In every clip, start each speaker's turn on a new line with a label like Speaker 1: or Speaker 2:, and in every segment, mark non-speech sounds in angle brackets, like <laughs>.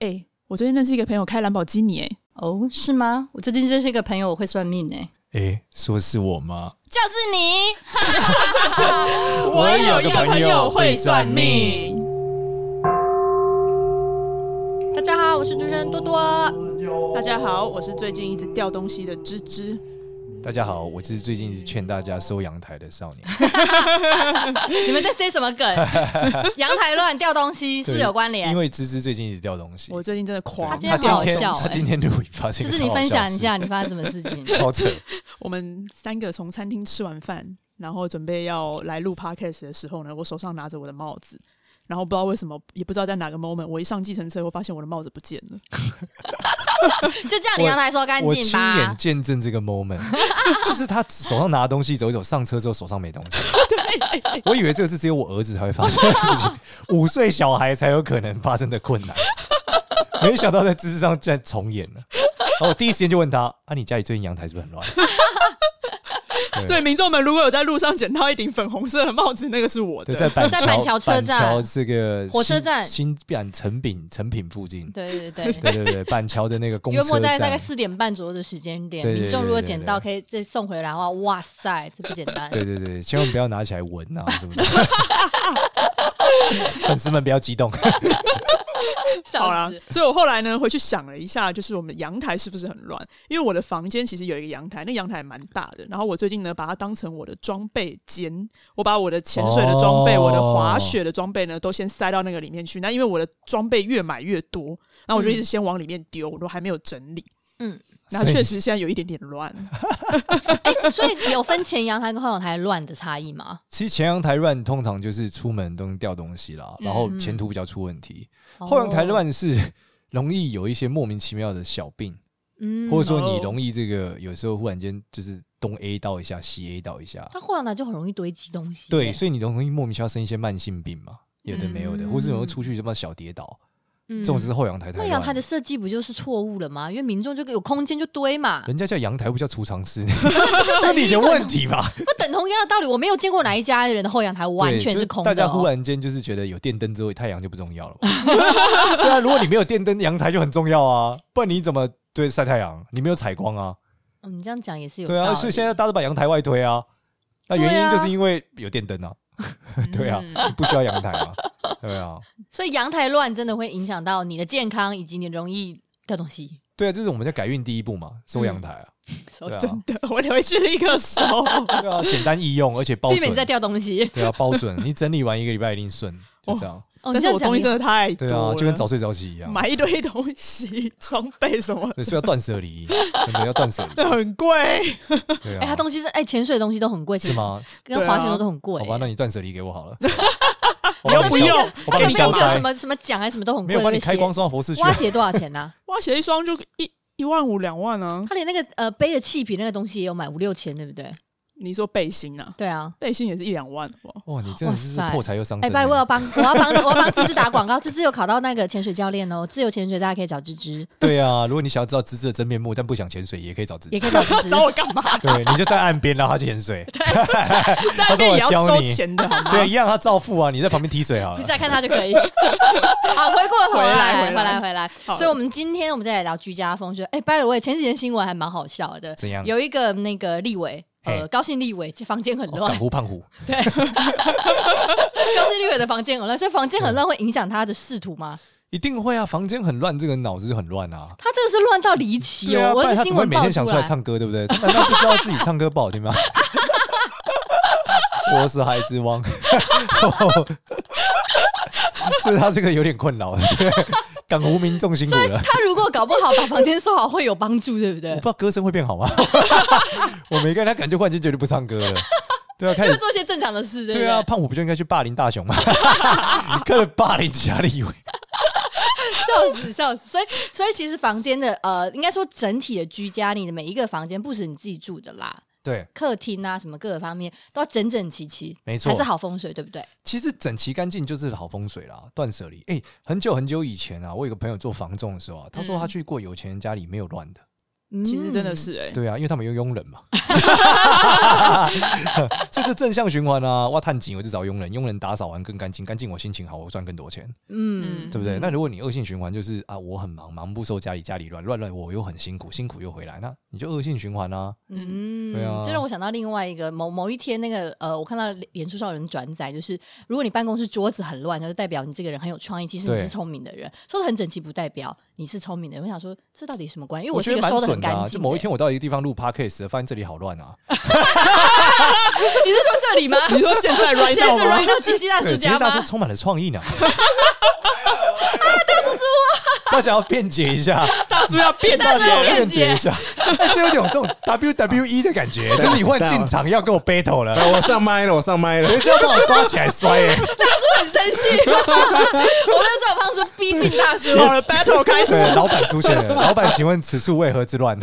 Speaker 1: 哎、我最近认识一个朋友开兰博基尼、哎，
Speaker 2: 哦，是吗？我最近认识一个朋友，我会算命哎、
Speaker 3: 诶，说是我吗？
Speaker 2: 就是你。
Speaker 3: 我有个朋友会算命。
Speaker 4: 大家好，我是主持人多多。
Speaker 1: 大家好，我是最近一直掉东西的芝芝。
Speaker 3: 大家好，我是最近一直劝大家收阳台的少年。
Speaker 4: <laughs> 你们在塞什么梗？阳台乱掉东西 <laughs> 是不是有关联
Speaker 3: 因？为芝芝最近一直掉东西
Speaker 1: 我，最近真的
Speaker 3: 对
Speaker 1: 狂
Speaker 4: 今
Speaker 1: 掉
Speaker 4: 天
Speaker 3: 他今
Speaker 4: 好
Speaker 3: 天
Speaker 4: 笑欸
Speaker 3: 他今天录影发现
Speaker 4: 就是
Speaker 3: 一个超
Speaker 4: 你
Speaker 3: 好
Speaker 4: 分
Speaker 3: 笑
Speaker 4: 享
Speaker 3: 的
Speaker 4: 一
Speaker 3: 事
Speaker 4: 下，你发生什么事情？
Speaker 3: 超扯。
Speaker 1: 我们三个从餐厅吃完饭，然后准备要来录 podcast 的时候呢，我手上拿着我的帽子，然后不知道为什么，也不知道在哪个 moment，我一上计程车，我发现我的帽子不见了。
Speaker 4: 就叫你阳台收干
Speaker 3: 我
Speaker 4: 净
Speaker 3: 亲眼
Speaker 4: 吧。
Speaker 3: 见证这个 moment，就是他手上拿东西走一走，上车之后手上没东西。我以为这个是只有我儿子才会发生的事情，五岁小孩才有可能发生的困难，没想到在知识上竟然重演了。然后我第一时间就问他：“啊，你家里最近阳台是不是很乱？”对
Speaker 1: 所以民众们如果有在路上捡到一顶粉红色的帽子，那个是我
Speaker 3: 对，
Speaker 1: 的。
Speaker 3: 在板
Speaker 4: 在板桥车站
Speaker 3: 板桥这个
Speaker 4: 火车
Speaker 3: 新
Speaker 4: 站
Speaker 3: 新板成品成品附近。
Speaker 4: 对对对。
Speaker 3: 对对对，板桥的那个公
Speaker 4: 约莫
Speaker 3: 车
Speaker 4: 在
Speaker 3: 站，
Speaker 4: 大概四点半左右的时间点，
Speaker 3: 对对对
Speaker 4: 民众如果捡到，
Speaker 3: 对对
Speaker 4: 可以再送回来的话，哇塞，这不简单。
Speaker 3: 对对对，千万不要拿起来闻啊什么的。粉丝们不要激动，
Speaker 4: <laughs> 笑
Speaker 1: 好啦
Speaker 4: 死，，
Speaker 1: 所以我后来呢回去想了一下，就是我们阳台是不是很乱？因为我的房间其实有一个阳台，那阳台还蛮大的。然后我最近呢把它当成我的装备间，我把我的潜水的装备、
Speaker 3: 哦
Speaker 1: 我的滑雪的装备呢都先塞到那个里面去。那因为我的装备越买越多，然后我就一直先往里面丢，我都还没有整理。 <laughs>
Speaker 4: 嗯，
Speaker 1: 那确实现在有一点点乱。
Speaker 4: 哎，所以有分前阳台跟后阳台乱的差异吗？
Speaker 3: 其实前阳台乱通常就是出门都能掉东西啦，然后
Speaker 4: 嗯
Speaker 3: 前途比较出问题。后阳台
Speaker 4: 哦，
Speaker 3: 乱是容易有一些莫名其妙的小病，
Speaker 4: 嗯
Speaker 3: 或者说
Speaker 1: 哦
Speaker 3: 你容易这个有时候忽然间就是东 A 到一下，西 A 到一下，
Speaker 4: 它后阳台就很容易堆积东西。
Speaker 3: 对，，所以你容易莫名其妙生一些慢性病嘛，有的没有的，
Speaker 4: 嗯
Speaker 3: 或是容易出去什么小跌倒，
Speaker 4: 嗯
Speaker 3: 这种就是后阳台太
Speaker 4: 那
Speaker 3: 乱了。
Speaker 4: 阳台的设计不就是错误了吗？因为民众就有空间就堆嘛，
Speaker 3: 人家叫阳台，不叫储藏
Speaker 4: <laughs>
Speaker 3: 室，
Speaker 4: 就
Speaker 3: <laughs> 这
Speaker 4: 等于
Speaker 3: 你的
Speaker 4: 一个
Speaker 3: 问题吧？
Speaker 4: 不等同一样的道理。我没有见过哪一家人的后阳台完全
Speaker 3: 对就是
Speaker 4: 空的、
Speaker 3: 大
Speaker 4: 哦，
Speaker 3: 家忽然间就是觉得有电灯之后，太阳就不
Speaker 4: <laughs>
Speaker 3: 重要了嘛。对啊，如果你没有电灯，阳台就很重要啊，不然你怎么对晒太阳？你没有采光啊，
Speaker 4: 嗯，你这样讲也是有道
Speaker 3: 对
Speaker 4: 理。
Speaker 3: 啊，所以现在大家都把阳台外推啊。那
Speaker 4: 对啊
Speaker 3: 原因就是因为有电灯啊， <laughs> 对啊，
Speaker 1: 嗯
Speaker 3: 你不需要阳
Speaker 4: <laughs>
Speaker 3: 台啊，对啊，
Speaker 4: 所以阳台乱真的会影响到你的健康，以及你容易掉东西。
Speaker 3: 对啊，这是我们在改运第一步嘛，收阳台啊，
Speaker 4: 嗯哦
Speaker 3: 对啊，
Speaker 1: 真的，我回去立刻收。
Speaker 3: 对啊，简单易用，而且包
Speaker 4: 避免你再
Speaker 3: 准，
Speaker 4: 掉东西。
Speaker 3: 对啊，包准，你整理完一个礼拜一
Speaker 4: <laughs>
Speaker 3: 定顺，就这样，
Speaker 4: 哦，你
Speaker 1: 但
Speaker 4: 这
Speaker 1: 是
Speaker 4: 样
Speaker 1: 我
Speaker 4: 讲
Speaker 1: 东西
Speaker 4: 也
Speaker 1: 真的太多
Speaker 3: 对
Speaker 1: 了，
Speaker 3: 啊，就跟早睡早起一样，
Speaker 1: 买一堆东西、装备什么，
Speaker 3: 对，所以要断舍离，真的要
Speaker 4: <laughs>
Speaker 3: 断舍离，
Speaker 1: 那很贵。
Speaker 3: 对
Speaker 4: 哎，它
Speaker 3: 啊，
Speaker 4: 东西是哎，潜水的东西都很贵，
Speaker 3: 是？吗？
Speaker 4: 跟
Speaker 1: 对啊
Speaker 4: 滑雪的都很贵。
Speaker 3: 好吧，那你断舍离给我
Speaker 4: <laughs>
Speaker 3: 好了，
Speaker 1: 你又
Speaker 3: 我
Speaker 1: 不
Speaker 3: 想
Speaker 1: 用
Speaker 3: 我
Speaker 4: 它
Speaker 3: 帮
Speaker 4: 准
Speaker 3: 你
Speaker 4: 备
Speaker 3: 消
Speaker 4: 一个什
Speaker 3: 灾，
Speaker 4: 么什么奖还是什么都很贵。
Speaker 3: 没有帮你
Speaker 4: 那个
Speaker 3: 开
Speaker 4: 鞋
Speaker 3: 光双佛寺去
Speaker 4: 蛙
Speaker 3: 啊，
Speaker 4: 鞋多少钱呢？
Speaker 1: 哇，鞋一双就一一万五两万啊！
Speaker 4: 他连那个呃背的气瓶那个东西也有买五六千，对不对？
Speaker 1: 你说背心啊，
Speaker 4: 对啊。
Speaker 1: 背心也是一两万哦哇！
Speaker 3: 哇，你真的是
Speaker 4: 哇塞
Speaker 3: 破财又伤
Speaker 4: 哎，
Speaker 3: 身
Speaker 4: 拜，我
Speaker 3: 欸，
Speaker 4: 要帮，我要帮，我要帮芝芝打广告。芝芝有考到那个潜水教练哦，自由潜水大家可以找芝芝，
Speaker 3: 对啊，如果你想要知道芝芝的真面目，但不想潜水，也可以找芝
Speaker 4: 也
Speaker 1: <laughs>
Speaker 4: 可，
Speaker 3: 芝
Speaker 4: 以找芝芝。
Speaker 1: 找我干嘛？
Speaker 3: 对，你就在岸边让他去
Speaker 4: <laughs>
Speaker 3: 潜水，
Speaker 1: 在那边也要
Speaker 3: 他说我
Speaker 1: 收
Speaker 3: 教你
Speaker 1: 钱的，
Speaker 3: <laughs>
Speaker 1: 好吗
Speaker 3: 对，一样他照付啊，你在旁边踢水好
Speaker 4: 你
Speaker 3: 了
Speaker 4: 再，看他就可以。 <laughs> 好，回过头
Speaker 1: 回来
Speaker 4: 来，
Speaker 1: 回
Speaker 4: 回
Speaker 1: 来
Speaker 4: 来，回来。
Speaker 1: 好
Speaker 4: 所以，我们今天我们再来聊居家风水。哎，by the way，前几天新闻还蛮好笑的，
Speaker 3: 怎样
Speaker 4: 有一个那个立委，呃
Speaker 3: 嘿，
Speaker 4: 高姓立委房间很
Speaker 3: 哦
Speaker 4: 乱
Speaker 3: 港，湖胖虎，
Speaker 4: 对，高姓立委的房间很乱，所以房间很乱会影响他的仕途吗？
Speaker 3: 一定会啊，房间很乱，这个脑子就很乱啊。
Speaker 4: 他真的是乱到离奇
Speaker 3: 对啊，
Speaker 4: 哦！
Speaker 3: 不
Speaker 4: 我
Speaker 3: 然他
Speaker 4: 的
Speaker 3: 怎
Speaker 4: 新
Speaker 3: 么会
Speaker 4: 闻
Speaker 3: 每
Speaker 4: 爆
Speaker 3: 天想出来
Speaker 4: 来，
Speaker 3: 唱歌，对不 <laughs> 对？他难道不知道自己唱歌不好听吗？ <laughs> 我是孩子王， <laughs> 所以他这个有点困扰， <laughs> 港湖民众辛苦了。
Speaker 4: 他如果搞不好把房间收好会有帮助，对不
Speaker 3: 我
Speaker 4: 对
Speaker 3: <laughs> 不知？道歌声会变好吗？我没看他，感觉忽然间绝对不唱歌了。对啊，
Speaker 4: <laughs>
Speaker 3: 开
Speaker 4: 就
Speaker 3: 始
Speaker 4: 做一些正常的事，对不
Speaker 3: 对
Speaker 4: 对？
Speaker 3: 啊，胖虎不就应该去霸凌大雄吗？ <laughs> 开始霸凌其他的以为
Speaker 4: <laughs> 笑死笑死！所以所以其实房间的呃，应该说整体的居家，你的每一个房间，不止你自己住的啦，
Speaker 3: 对，
Speaker 4: 客厅啊什么各个方面都要整整齐齐，
Speaker 3: 没错
Speaker 4: 才是好风水，对不对？
Speaker 3: 其实整齐干净就是好风水啦，断舍离。哎、很久很久以前啊，我有个朋友做房仲的时候啊，他说他去过有钱人家里没有乱的。
Speaker 4: 嗯
Speaker 1: 其实真的，是哎，
Speaker 3: 对啊，因为他们有佣人嘛， <laughs> 所以这正向循环啊，挖探井我就找佣人，佣人打扫完更干净，干净我心情好，我赚更多钱，
Speaker 4: 嗯，
Speaker 3: 对不对？那如果你恶性循环，就是啊，我很忙，忙不收家里，家里乱，乱乱我又很辛苦，辛苦又回来，那你就恶性循环啊。
Speaker 4: 嗯，
Speaker 3: 对啊
Speaker 4: 这让我想到另外一个某某一天，那个呃，我看到脸书上有人转载，就是如果你办公室桌子很乱，就代表你这个人很有创意，其实你
Speaker 3: 对
Speaker 4: 是聪明的人。说的很整齐，不代表你是聪明的人。我想说，这到底什么关系？因为
Speaker 3: 我
Speaker 4: 是
Speaker 3: 觉
Speaker 4: 一
Speaker 3: 得
Speaker 4: 个
Speaker 3: 蛮
Speaker 4: 收的
Speaker 3: 准
Speaker 4: 很
Speaker 3: 的、
Speaker 4: 干
Speaker 3: 啊。
Speaker 4: 净
Speaker 3: 就
Speaker 4: 的。
Speaker 3: 某一天我到一个地方录 podcast，发现这里好乱啊，
Speaker 4: <laughs> 你是说这里
Speaker 3: <laughs>
Speaker 4: 吗？
Speaker 1: 你说现在 right
Speaker 4: 嗯 <laughs> 现在
Speaker 1: now
Speaker 4: 这
Speaker 1: 吗
Speaker 4: right？now 杰西大
Speaker 3: 对，
Speaker 4: 叔
Speaker 3: 其实
Speaker 4: 家
Speaker 3: 大叔
Speaker 4: 吗？
Speaker 3: 充满了创
Speaker 4: <laughs>
Speaker 3: 意呢。啊，大叔
Speaker 5: 啊
Speaker 3: 猪，他想啊要辩解一下，
Speaker 1: 大叔要变
Speaker 4: 大叔要
Speaker 1: 节
Speaker 4: 变
Speaker 1: 了
Speaker 4: 啊辩解
Speaker 3: 一下，哎，这有种这种 WWE 的感觉，就是你换进场要跟我 battle 了，
Speaker 5: 来，呃我上麦了，我上麦了 <laughs>
Speaker 3: 等。一下把我抓起来摔、哎
Speaker 4: 大叔很生气，
Speaker 3: <laughs>
Speaker 4: 我们就在我旁边说逼近大叔。
Speaker 1: 好了，battle 开始。
Speaker 3: 对，老板出现了，老板，请问此处为何之乱？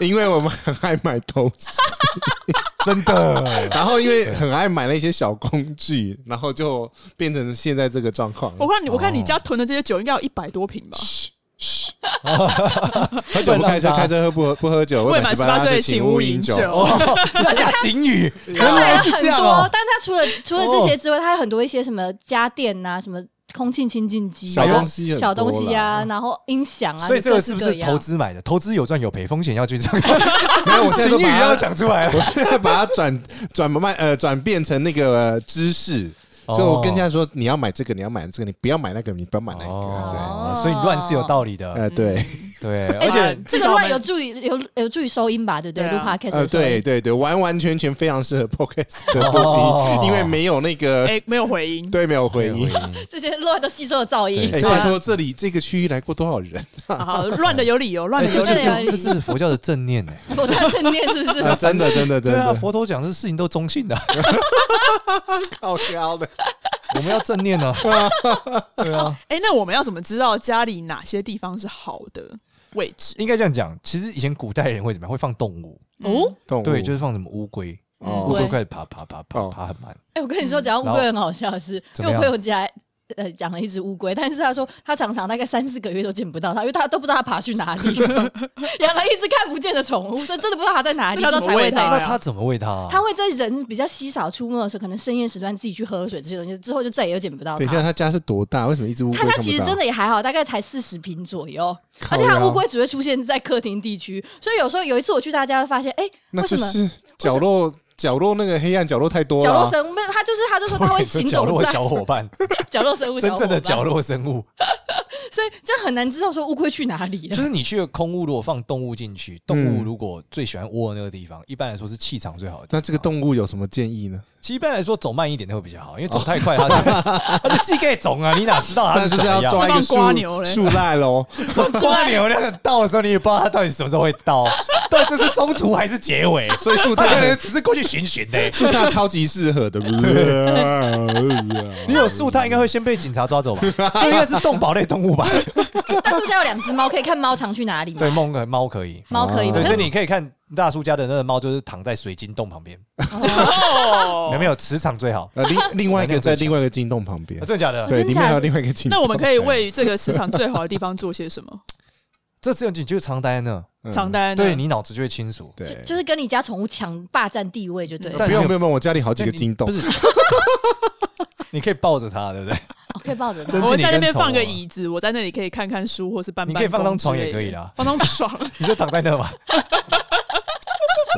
Speaker 5: 因为我们很爱买东西，
Speaker 3: 真的，
Speaker 5: 然后因为很爱买那些小工具，然后就变成现在这个状况。
Speaker 1: 我看你，我看你家囤的这些酒应该有一百多瓶吧？
Speaker 5: 喝酒不开车，开车喝不喝不喝酒。
Speaker 1: 未满
Speaker 5: 十
Speaker 1: 18岁
Speaker 5: 岁
Speaker 1: 请
Speaker 5: 请
Speaker 1: 勿饮
Speaker 5: 饮
Speaker 1: 酒
Speaker 3: 哦那叫警语，
Speaker 4: 他
Speaker 5: 啊
Speaker 3: 原
Speaker 4: 买
Speaker 3: 来
Speaker 4: 了
Speaker 3: 是
Speaker 4: 很
Speaker 3: 这
Speaker 4: 多，
Speaker 3: 样哦。
Speaker 4: 但他除了除了这些之外，他还有很多一些什么家电呐、什么空气清净机、啊
Speaker 5: 小东西很多啦
Speaker 4: 小东西啊，然后音响啊，
Speaker 3: 嗯所以这
Speaker 4: 各
Speaker 3: 个
Speaker 4: 式
Speaker 3: 是不
Speaker 4: 各
Speaker 3: 是
Speaker 4: 样
Speaker 3: 投？资买的？投资有赚有赔，风险要去这个。
Speaker 5: <laughs> 没有，我现在
Speaker 3: 警
Speaker 5: 都
Speaker 3: 语
Speaker 5: 把它
Speaker 3: 要讲出来
Speaker 5: 我
Speaker 3: 了。
Speaker 5: 现在把它转转慢呃转变成那个呃知识，
Speaker 3: 哦
Speaker 5: <laughs> 所以我跟人家说你要买这个，你要买这个，你不要买那个，你不要买那个，
Speaker 3: 哦，所以乱是有道理
Speaker 5: 对，
Speaker 3: 的，
Speaker 5: 呃对，
Speaker 3: 对，
Speaker 4: 哎
Speaker 3: 而且
Speaker 1: 且
Speaker 4: 这个乱有助于有有助于收音吧，对不对？
Speaker 1: 对
Speaker 4: 录
Speaker 1: 啊
Speaker 4: podcast
Speaker 5: 呃
Speaker 4: 的收音
Speaker 5: 对，对对，完完全全非常适合 podcast 的 <laughs>
Speaker 3: 哦
Speaker 5: 录音，因为没有那
Speaker 1: <laughs>
Speaker 5: 个
Speaker 1: 哎，没有回音。
Speaker 5: 对没有回音。
Speaker 4: 这些乱都吸收了噪音。
Speaker 5: 哎，
Speaker 3: 所以
Speaker 5: 拜托，这里这个区域来过多少人？
Speaker 1: 好，乱的有理由，乱
Speaker 3: 哎
Speaker 1: 的有
Speaker 3: 这
Speaker 1: 理哦
Speaker 3: 就
Speaker 1: 由。
Speaker 3: 是这是佛教的正念哎。
Speaker 4: 我在正念是不
Speaker 3: <laughs>
Speaker 4: 是？
Speaker 5: 啊，真的，真 <laughs> 的，真
Speaker 3: 对啊，
Speaker 5: 的，
Speaker 3: 佛陀讲的事情都中
Speaker 5: <laughs>
Speaker 3: 性的，
Speaker 5: 好高的。
Speaker 3: 我们要正念
Speaker 5: 哦
Speaker 3: <laughs> 啊。对啊，
Speaker 1: 哎，那我们要怎么知道家里哪些地方是好的位置？
Speaker 3: 应该这样讲。其实以前古代人会怎么样？会放动物，
Speaker 4: 哦，
Speaker 5: <laughs> 动物
Speaker 3: 对，就是放什么乌龟，乌
Speaker 5: 哦
Speaker 3: 龟开始爬爬爬爬
Speaker 5: 哦
Speaker 3: 爬很慢。
Speaker 4: 哎，我跟
Speaker 5: 嗯
Speaker 4: 你说，讲到乌龟很好笑的是，因
Speaker 3: 怎么
Speaker 4: 为
Speaker 3: 样
Speaker 4: 我朋友家。呃，养了一只乌龟，但是他说他常常大概三四个月都见不到它，因为他都不知道它爬去哪里了。 <laughs> 养了一只看不见的宠物，所以真的不知道它在哪
Speaker 1: <laughs>
Speaker 4: 里，不
Speaker 1: 那它
Speaker 4: 知道
Speaker 1: 怎
Speaker 4: 才
Speaker 1: 么喂
Speaker 4: 会它
Speaker 1: 它
Speaker 5: 啊
Speaker 3: 那
Speaker 1: 呀
Speaker 3: 他怎么喂它？啊
Speaker 4: 他会在人比较稀少出没的时候，可能深夜时段自己去喝水这些东西，之后就再也捡不到
Speaker 5: 等一下，
Speaker 4: 它。
Speaker 5: 他家是多大？为什么一只乌龟
Speaker 4: 他
Speaker 5: 看
Speaker 4: 家
Speaker 5: 不到？
Speaker 4: 其实真的也还好，大概才四十平左右，
Speaker 5: 靠
Speaker 4: 而
Speaker 5: 腰，
Speaker 4: 且它乌龟只会出现在客厅地区，所以有时候有一次我去他家，发现哎、
Speaker 5: 那
Speaker 4: 为
Speaker 5: 就
Speaker 4: 什么
Speaker 5: 是角落角落那个黑暗角落太多了
Speaker 4: 角落
Speaker 5: 啊。
Speaker 4: 生物没有？他就是他就说他会
Speaker 3: <laughs>
Speaker 4: 行
Speaker 3: 角
Speaker 4: 走
Speaker 3: 落
Speaker 4: 在 <laughs>
Speaker 3: 小伙伴，
Speaker 4: 角落生物，
Speaker 3: 真正的角
Speaker 4: 落，
Speaker 3: 落生
Speaker 4: <laughs>
Speaker 3: 物，
Speaker 4: 所以这很难知道说乌龟去哪里
Speaker 3: 就
Speaker 4: 了。
Speaker 3: 是你去个空屋，如果放动物进去，动物如果最喜欢窝的那个地方，一般来说是气场最好的地方。
Speaker 5: 嗯那这个动物有什么建议呢？
Speaker 3: 其实一般来说走慢一点的会比较好，因为走太快它就它就膝盖肿啊，你哪知道它
Speaker 5: 那
Speaker 3: 是
Speaker 5: 就
Speaker 3: 怎
Speaker 5: 是要
Speaker 3: 么样？
Speaker 5: 抓一个
Speaker 1: 放瓜牛
Speaker 5: 树
Speaker 1: 嘞
Speaker 5: 树赖喽。
Speaker 3: 抓牛那个到的时候，你也不知道它到底什么时候会 <laughs> 到，到底这是中途还是结尾？
Speaker 5: 所以树
Speaker 3: 它可
Speaker 5: 大
Speaker 3: 能只是过去巡巡的、
Speaker 5: <laughs> 树大超级适合的。
Speaker 3: 你有树，它应该会先被警察抓走 <laughs> 吧？这应该是动保类动物 <laughs> 吧？
Speaker 4: 大叔家有两只猫，可以看猫常去哪里吗？
Speaker 3: 对，猫可猫可以。
Speaker 4: 猫可以吗
Speaker 3: 对，？所
Speaker 4: 那
Speaker 3: 以你可以看大叔家的那个猫，就是躺在水晶洞旁边，
Speaker 1: 哦
Speaker 3: 有没有磁场最好？
Speaker 5: 呃，另另外一个在
Speaker 3: 那就
Speaker 5: 另外一个金洞旁边
Speaker 3: 啊，真的假的？
Speaker 5: 对，
Speaker 4: 真
Speaker 5: 里
Speaker 4: 假
Speaker 5: 面
Speaker 4: 的
Speaker 5: 还有另外一个金洞。
Speaker 1: <laughs> 那我们可以为这个市场最好的地方做些什
Speaker 3: <laughs>
Speaker 1: 么？
Speaker 3: 这次你就常待在那，
Speaker 5: 嗯
Speaker 1: 长单呢啊
Speaker 3: 对你脑子就会清楚。
Speaker 5: 对
Speaker 4: 就，就是跟你家宠物抢霸占地位就对了
Speaker 3: 但。
Speaker 5: 不用不用不用，我家里好几个
Speaker 3: 你
Speaker 5: 金洞
Speaker 3: 不。是， <laughs> 你可以抱着它，对不对？
Speaker 4: 哦可以抱着它
Speaker 3: 真。
Speaker 1: 我会在那边
Speaker 3: 跟宠物啊
Speaker 1: 放个椅子，我在那里可以看看书或是搬
Speaker 3: 你
Speaker 1: 搬。
Speaker 3: 可以放张床也可以啦，
Speaker 1: 放张床 <laughs>
Speaker 3: 你就躺在那嘛。 <laughs>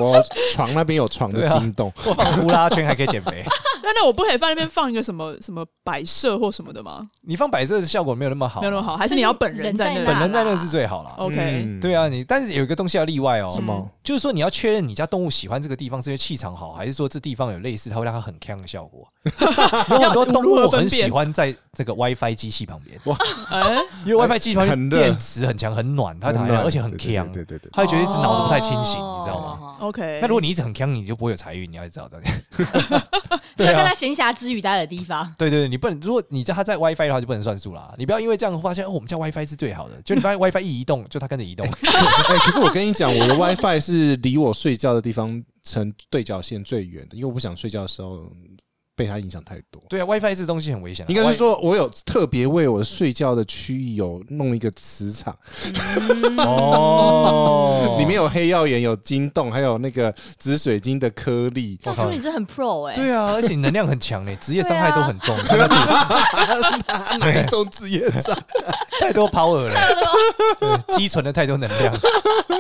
Speaker 5: 我床那边有床的
Speaker 3: 对啊
Speaker 5: 金洞，
Speaker 3: 我放呼啦圈还可以减肥。
Speaker 1: 但那我不可以放那边放一个什么什么摆设或什么的吗？
Speaker 3: 你放摆设的效果没有那么好，啊
Speaker 1: 没有那么好，还是你要本人在那
Speaker 4: 人
Speaker 1: 里
Speaker 4: 在
Speaker 3: 本
Speaker 4: 那
Speaker 3: 人在那是最好
Speaker 1: 哦
Speaker 3: 啦。
Speaker 1: ？OK，
Speaker 5: 嗯
Speaker 3: 对啊，你但是有一个东西要例外哦，
Speaker 1: 什么？
Speaker 3: 就是说你要确认你家动物喜欢这个地方是因为气场好，还是说这地方有类似它会让它很呛的效果？ <laughs> 有很多动物很喜欢在这个 WiFi 机器旁边，
Speaker 1: 哎，
Speaker 3: 因为 WiFi 机器旁边
Speaker 5: 很热
Speaker 3: 电池很强、很暖，它躺在那
Speaker 5: 很暖
Speaker 3: 而且很
Speaker 5: 对对
Speaker 3: 呛，
Speaker 5: 对对对对
Speaker 3: 它会觉得一直脑子不太清醒，
Speaker 4: 哦
Speaker 3: 你知道
Speaker 1: 哦
Speaker 3: 吗？
Speaker 4: 吗？
Speaker 1: OK，
Speaker 3: <laughs> 那如果你一直很呛，你就不会有财运，你要知道这样。 <laughs>
Speaker 1: <laughs>
Speaker 4: 就
Speaker 3: 对
Speaker 4: 要
Speaker 3: 啊
Speaker 4: 看他闲暇之余待的地
Speaker 3: <laughs>
Speaker 4: 方。
Speaker 3: 对对，对你不能，如果你叫他在 WiFi 的话，就不能算数啦。你不要因为这样发现，哦，我们家 WiFi 是最好的，就你
Speaker 5: <laughs>
Speaker 3: 发现 WiFi 一移动，就它跟着移动。
Speaker 5: 哎，可是我跟你讲，我的 WiFi 是离我睡觉的地方成对角线最远的，因为我不想睡觉的时候被它影响太多。
Speaker 3: 对啊，WiFi 这东西很危险啊。
Speaker 5: 应该
Speaker 3: Wi-
Speaker 5: 是说，我有特别为我睡觉的区域有弄一个磁场，
Speaker 4: 嗯
Speaker 3: 哦，
Speaker 5: 里面有黑曜岩、有金洞，还有那个紫水晶的颗粒。
Speaker 4: 大叔，你真的很 pro 哎、
Speaker 3: <laughs> 对啊，而且能量很强
Speaker 1: <laughs>
Speaker 3: 嘞，职业伤害都很重，啊
Speaker 1: 啊
Speaker 5: <laughs> 哪一种职业上？
Speaker 3: <laughs> 太多 power 了，对积存了太多能量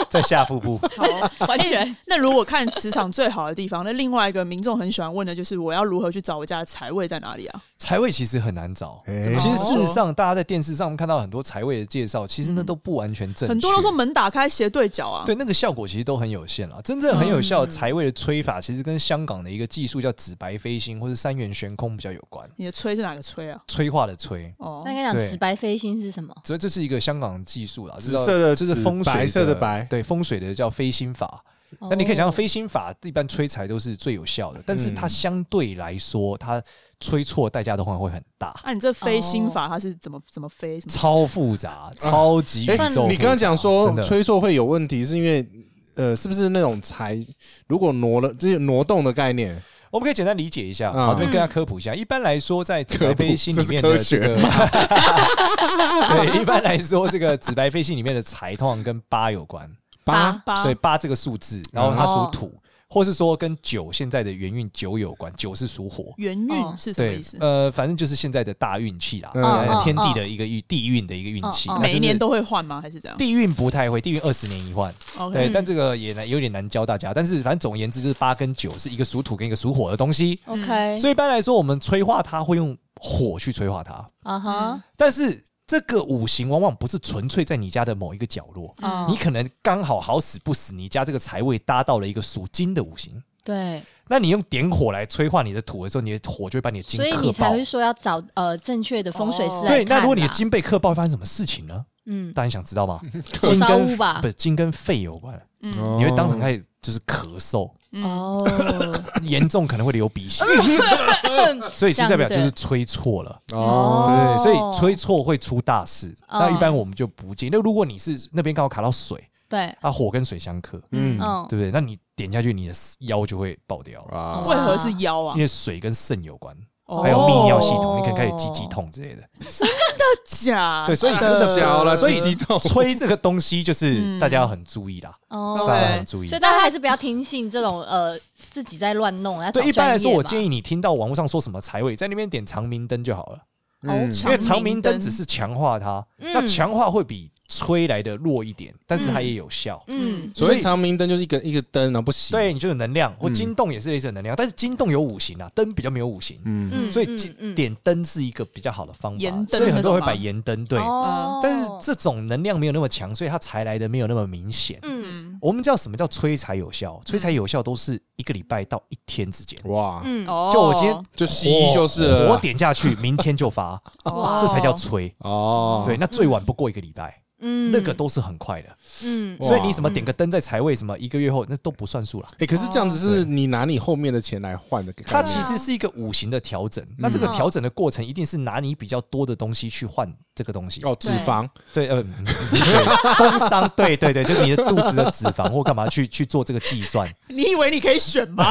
Speaker 3: 在下腹部。
Speaker 1: 好，
Speaker 4: <laughs> 完全
Speaker 1: 哎那如果看磁场最好的地方，那另外一个民众很喜欢问的就是，我要如何去找我家的财位在哪里啊？
Speaker 3: 财位其实很难找，
Speaker 5: 哎
Speaker 3: 其实事实
Speaker 1: 哦
Speaker 3: 上，大家在电视上看到很多财位的介绍，其实那都不完全正确。
Speaker 1: 嗯很多都说门打开斜对角啊，
Speaker 3: 对那个效果其实都很有限了。真正很有效的财位的吹法，其实跟香港的一个技术叫紫白飞星或是三元悬空比较有关，
Speaker 1: 你的吹是哪个吹啊？
Speaker 3: 催化的催。
Speaker 1: 哦
Speaker 4: 那，应该讲
Speaker 3: 对
Speaker 4: 直白飞星是什么？
Speaker 3: 所以这是一个香港技术啦，
Speaker 5: 紫色的
Speaker 3: 这是
Speaker 5: 紫
Speaker 3: 风水
Speaker 5: 白色的白
Speaker 3: 对风水的叫飞星法。
Speaker 4: 哦
Speaker 3: 那你可以想想，飞星法一般催财都是最有效的，但
Speaker 5: 嗯
Speaker 3: 是它相对来说，它催错代价的话会很大，
Speaker 1: 啊，你这
Speaker 4: 哦
Speaker 1: 飞星法它是怎么怎么飞？什
Speaker 3: <laughs>
Speaker 1: 么
Speaker 3: 超复杂，超级宇宙
Speaker 5: 哎、
Speaker 3: 复杂。
Speaker 5: 你刚刚讲说
Speaker 3: 真的
Speaker 5: 吹错会有问题，是因为呃，是不是那种财如果挪了，这是挪动的概念？
Speaker 3: 我们可以简单理解一下，
Speaker 5: 嗯
Speaker 3: 好，这边跟大家科普一下。一般来说，在紫白飞星里面
Speaker 5: 科
Speaker 3: 的
Speaker 5: 嗯普这是
Speaker 3: 这个， <laughs> 对，一般来说，这个紫白飞星里面的财通啊常跟八有关，
Speaker 5: 八
Speaker 4: 八
Speaker 1: 八
Speaker 3: 所以八这个数字，
Speaker 5: 嗯
Speaker 3: 然后它
Speaker 4: 哦
Speaker 3: 属土，或是说跟九现在的元运九有关，九是属火。
Speaker 1: 元运
Speaker 4: 哦
Speaker 1: 是什么
Speaker 3: 对
Speaker 1: 意思，？
Speaker 3: 呃，反正就是现在的大运气啦，
Speaker 5: 嗯
Speaker 3: 呃
Speaker 4: 嗯
Speaker 3: 天地的一个运，地运的一个运气。
Speaker 4: 嗯嗯
Speaker 1: 哦
Speaker 3: 那就是
Speaker 1: 每一年都会换吗？还是怎样
Speaker 3: 地运不太会，地运二十年一换，对，
Speaker 1: ？OK，
Speaker 3: 但这个也难有点难教大家。但是反正总而言之，就是八跟九是一个属土跟一个属火的东西。
Speaker 4: 哦 OK，
Speaker 3: 所以一般来说，我们催化它会用火去催化它，
Speaker 4: 啊哈，
Speaker 3: 但是这个五行往往不是纯粹在你家的某一个角落，
Speaker 4: 哦
Speaker 3: 你可能刚好好死不死，你家这个财位搭到了一个属金的五行，
Speaker 4: 对，
Speaker 3: 那你用点火来催化你的土的时候，你的火就会把你的金
Speaker 4: 所以
Speaker 3: 克
Speaker 4: 你才
Speaker 3: 爆
Speaker 4: 会。说要找呃正确的风水师
Speaker 1: 哦
Speaker 4: 来
Speaker 3: 对，那
Speaker 4: 看
Speaker 3: 如果你的
Speaker 4: 啦
Speaker 3: 金被克爆，会发生什么事情呢？
Speaker 4: 嗯
Speaker 3: 大家想知道吗？
Speaker 4: 火
Speaker 3: <laughs> 金
Speaker 4: 烧
Speaker 3: 跟哦
Speaker 4: 屋吧
Speaker 3: 不，是金跟肺有关，
Speaker 1: 嗯
Speaker 3: 你会当场开始就是咳嗽，
Speaker 1: 嗯，
Speaker 3: <laughs>
Speaker 4: 哦，
Speaker 3: 严重可能会流
Speaker 4: <laughs>
Speaker 3: 鼻血，所以这代表就是催错了。
Speaker 5: 哦，
Speaker 3: 对，
Speaker 4: 哦
Speaker 3: 所以吹错会出大事。
Speaker 4: 哦
Speaker 3: 那一般我们就不建议。那如果你是那边刚好卡到水，
Speaker 4: 对，
Speaker 3: 啊，火跟水相克，
Speaker 5: 嗯
Speaker 4: 嗯，
Speaker 3: 对不对？那你点下去，你的腰就会爆掉了，
Speaker 5: 啊
Speaker 1: 为何是腰啊
Speaker 3: 因？为水跟肾有关，
Speaker 1: 哦
Speaker 3: 还有泌尿系统，
Speaker 4: 哦
Speaker 3: 你可能开始鸡鸡痛之类的。
Speaker 1: 假
Speaker 3: 对，所以真的
Speaker 5: 哦小了，
Speaker 3: 所以
Speaker 5: 激动。
Speaker 3: 吹这个东西就是
Speaker 1: 嗯
Speaker 3: 大家要很注意啦，大
Speaker 4: 哦，
Speaker 3: 家要很注意
Speaker 4: 所。以大家还是不要听信这种呃自己在乱弄，要找
Speaker 3: 对，一般来说，我建
Speaker 4: 议
Speaker 3: 议你听到网络上说什么财位，在那边点长明灯就好了，
Speaker 5: 嗯
Speaker 3: 因为长
Speaker 1: 哦长
Speaker 3: 明
Speaker 1: 明
Speaker 3: 灯
Speaker 1: 灯
Speaker 3: 只是强化它，
Speaker 4: 嗯
Speaker 3: 那强化会比吹来的弱一点，但是它也有效。
Speaker 4: 嗯
Speaker 5: 所以长明灯就是一个一个灯，然后不行。
Speaker 3: 对，你就有能量，
Speaker 5: 嗯
Speaker 3: 或金洞也是类似的能量，但是金洞有五行啊，灯比较没有五行，
Speaker 5: 嗯，
Speaker 4: 嗯，
Speaker 3: 所以
Speaker 4: 嗯
Speaker 3: 金
Speaker 4: 嗯
Speaker 3: 点灯是一个比较好的方法，
Speaker 1: 盐灯
Speaker 3: 所以
Speaker 1: 那
Speaker 3: 很多人
Speaker 1: 种
Speaker 3: 会
Speaker 1: 吗
Speaker 3: 摆盐灯，对。
Speaker 4: 哦
Speaker 3: 但是这种能量没有那么强，所以它才来的没有那么明显。
Speaker 4: 嗯
Speaker 3: 我们叫什么叫催财有效？催财有效都是一个礼拜到一天之间，
Speaker 5: 哇，
Speaker 4: 嗯
Speaker 1: 哦
Speaker 3: 就我今天
Speaker 5: 就西医哦就是了
Speaker 3: 火点下
Speaker 4: <laughs>
Speaker 3: 去，明天就发，
Speaker 1: 哦
Speaker 3: 这才叫催。
Speaker 5: 哦，
Speaker 3: 对，，那最晚不过一个礼拜，
Speaker 4: 嗯
Speaker 3: 那个都是很快的。
Speaker 4: 嗯
Speaker 5: 哇
Speaker 3: 所以你什么点个灯在财位，什么一个月后，那都不算数了。
Speaker 5: 哎，可是这样子是你拿你后面的钱来换的概念，
Speaker 3: 它其实是一个五行的调整，那这个调整的过程一定是拿你比较多的东西去换这个东西。
Speaker 5: 哦，脂肪
Speaker 3: 对，呃，嗯 <laughs> 对工伤，对对对，就是你的肚子的脂肪或干嘛去 <laughs> 去做这个计算。
Speaker 1: 你以为你可以选
Speaker 3: <laughs>
Speaker 1: 吗？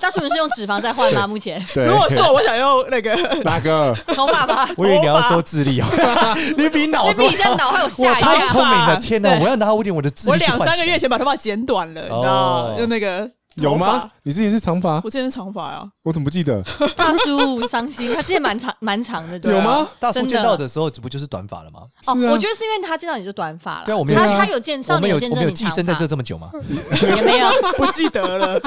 Speaker 4: 大叔你是用脂肪在换吗？目前
Speaker 5: 对，
Speaker 1: 如果说我想用那
Speaker 3: <laughs>
Speaker 1: 个
Speaker 5: 那个
Speaker 4: 头发吧，
Speaker 3: 我以为你要说智力哦， <laughs> 你比脑
Speaker 4: 那
Speaker 3: 子
Speaker 4: 比你现在脑还有
Speaker 3: <laughs> 我
Speaker 4: 下一
Speaker 3: 太
Speaker 4: 下
Speaker 3: 聪明了！
Speaker 1: 对
Speaker 3: 天哪，我要拿我一点我的智
Speaker 1: 我
Speaker 3: 力去
Speaker 1: 两
Speaker 3: 换
Speaker 1: 三个月
Speaker 3: 钱。
Speaker 1: 前把头发剪短了，你知
Speaker 3: 哦
Speaker 1: 道，就那个
Speaker 5: 有
Speaker 1: 头
Speaker 5: 吗
Speaker 1: 发？？
Speaker 5: 你自己是长发，
Speaker 1: 我之前是长发啊，
Speaker 5: 我怎么不记得？
Speaker 4: 大叔伤心，他之前蛮长蛮长的，对吧
Speaker 5: 有吗？
Speaker 3: 大叔
Speaker 4: 真的
Speaker 3: 见到的时候，这不就是短发了吗？
Speaker 4: 哦，
Speaker 5: 是啊
Speaker 4: 我觉得是因为他见到你就短发了，
Speaker 3: 对啊我们有
Speaker 4: 他
Speaker 3: 见
Speaker 4: 他有见
Speaker 3: 我
Speaker 4: 少
Speaker 3: 们
Speaker 4: 年
Speaker 3: 有
Speaker 4: 见
Speaker 3: 我们
Speaker 4: 证
Speaker 3: 有
Speaker 4: 你
Speaker 3: 寄
Speaker 4: 长
Speaker 3: 生在这
Speaker 4: 发，
Speaker 3: 这么久吗？
Speaker 4: 也没有，
Speaker 1: 不记得
Speaker 3: <laughs>
Speaker 1: 了。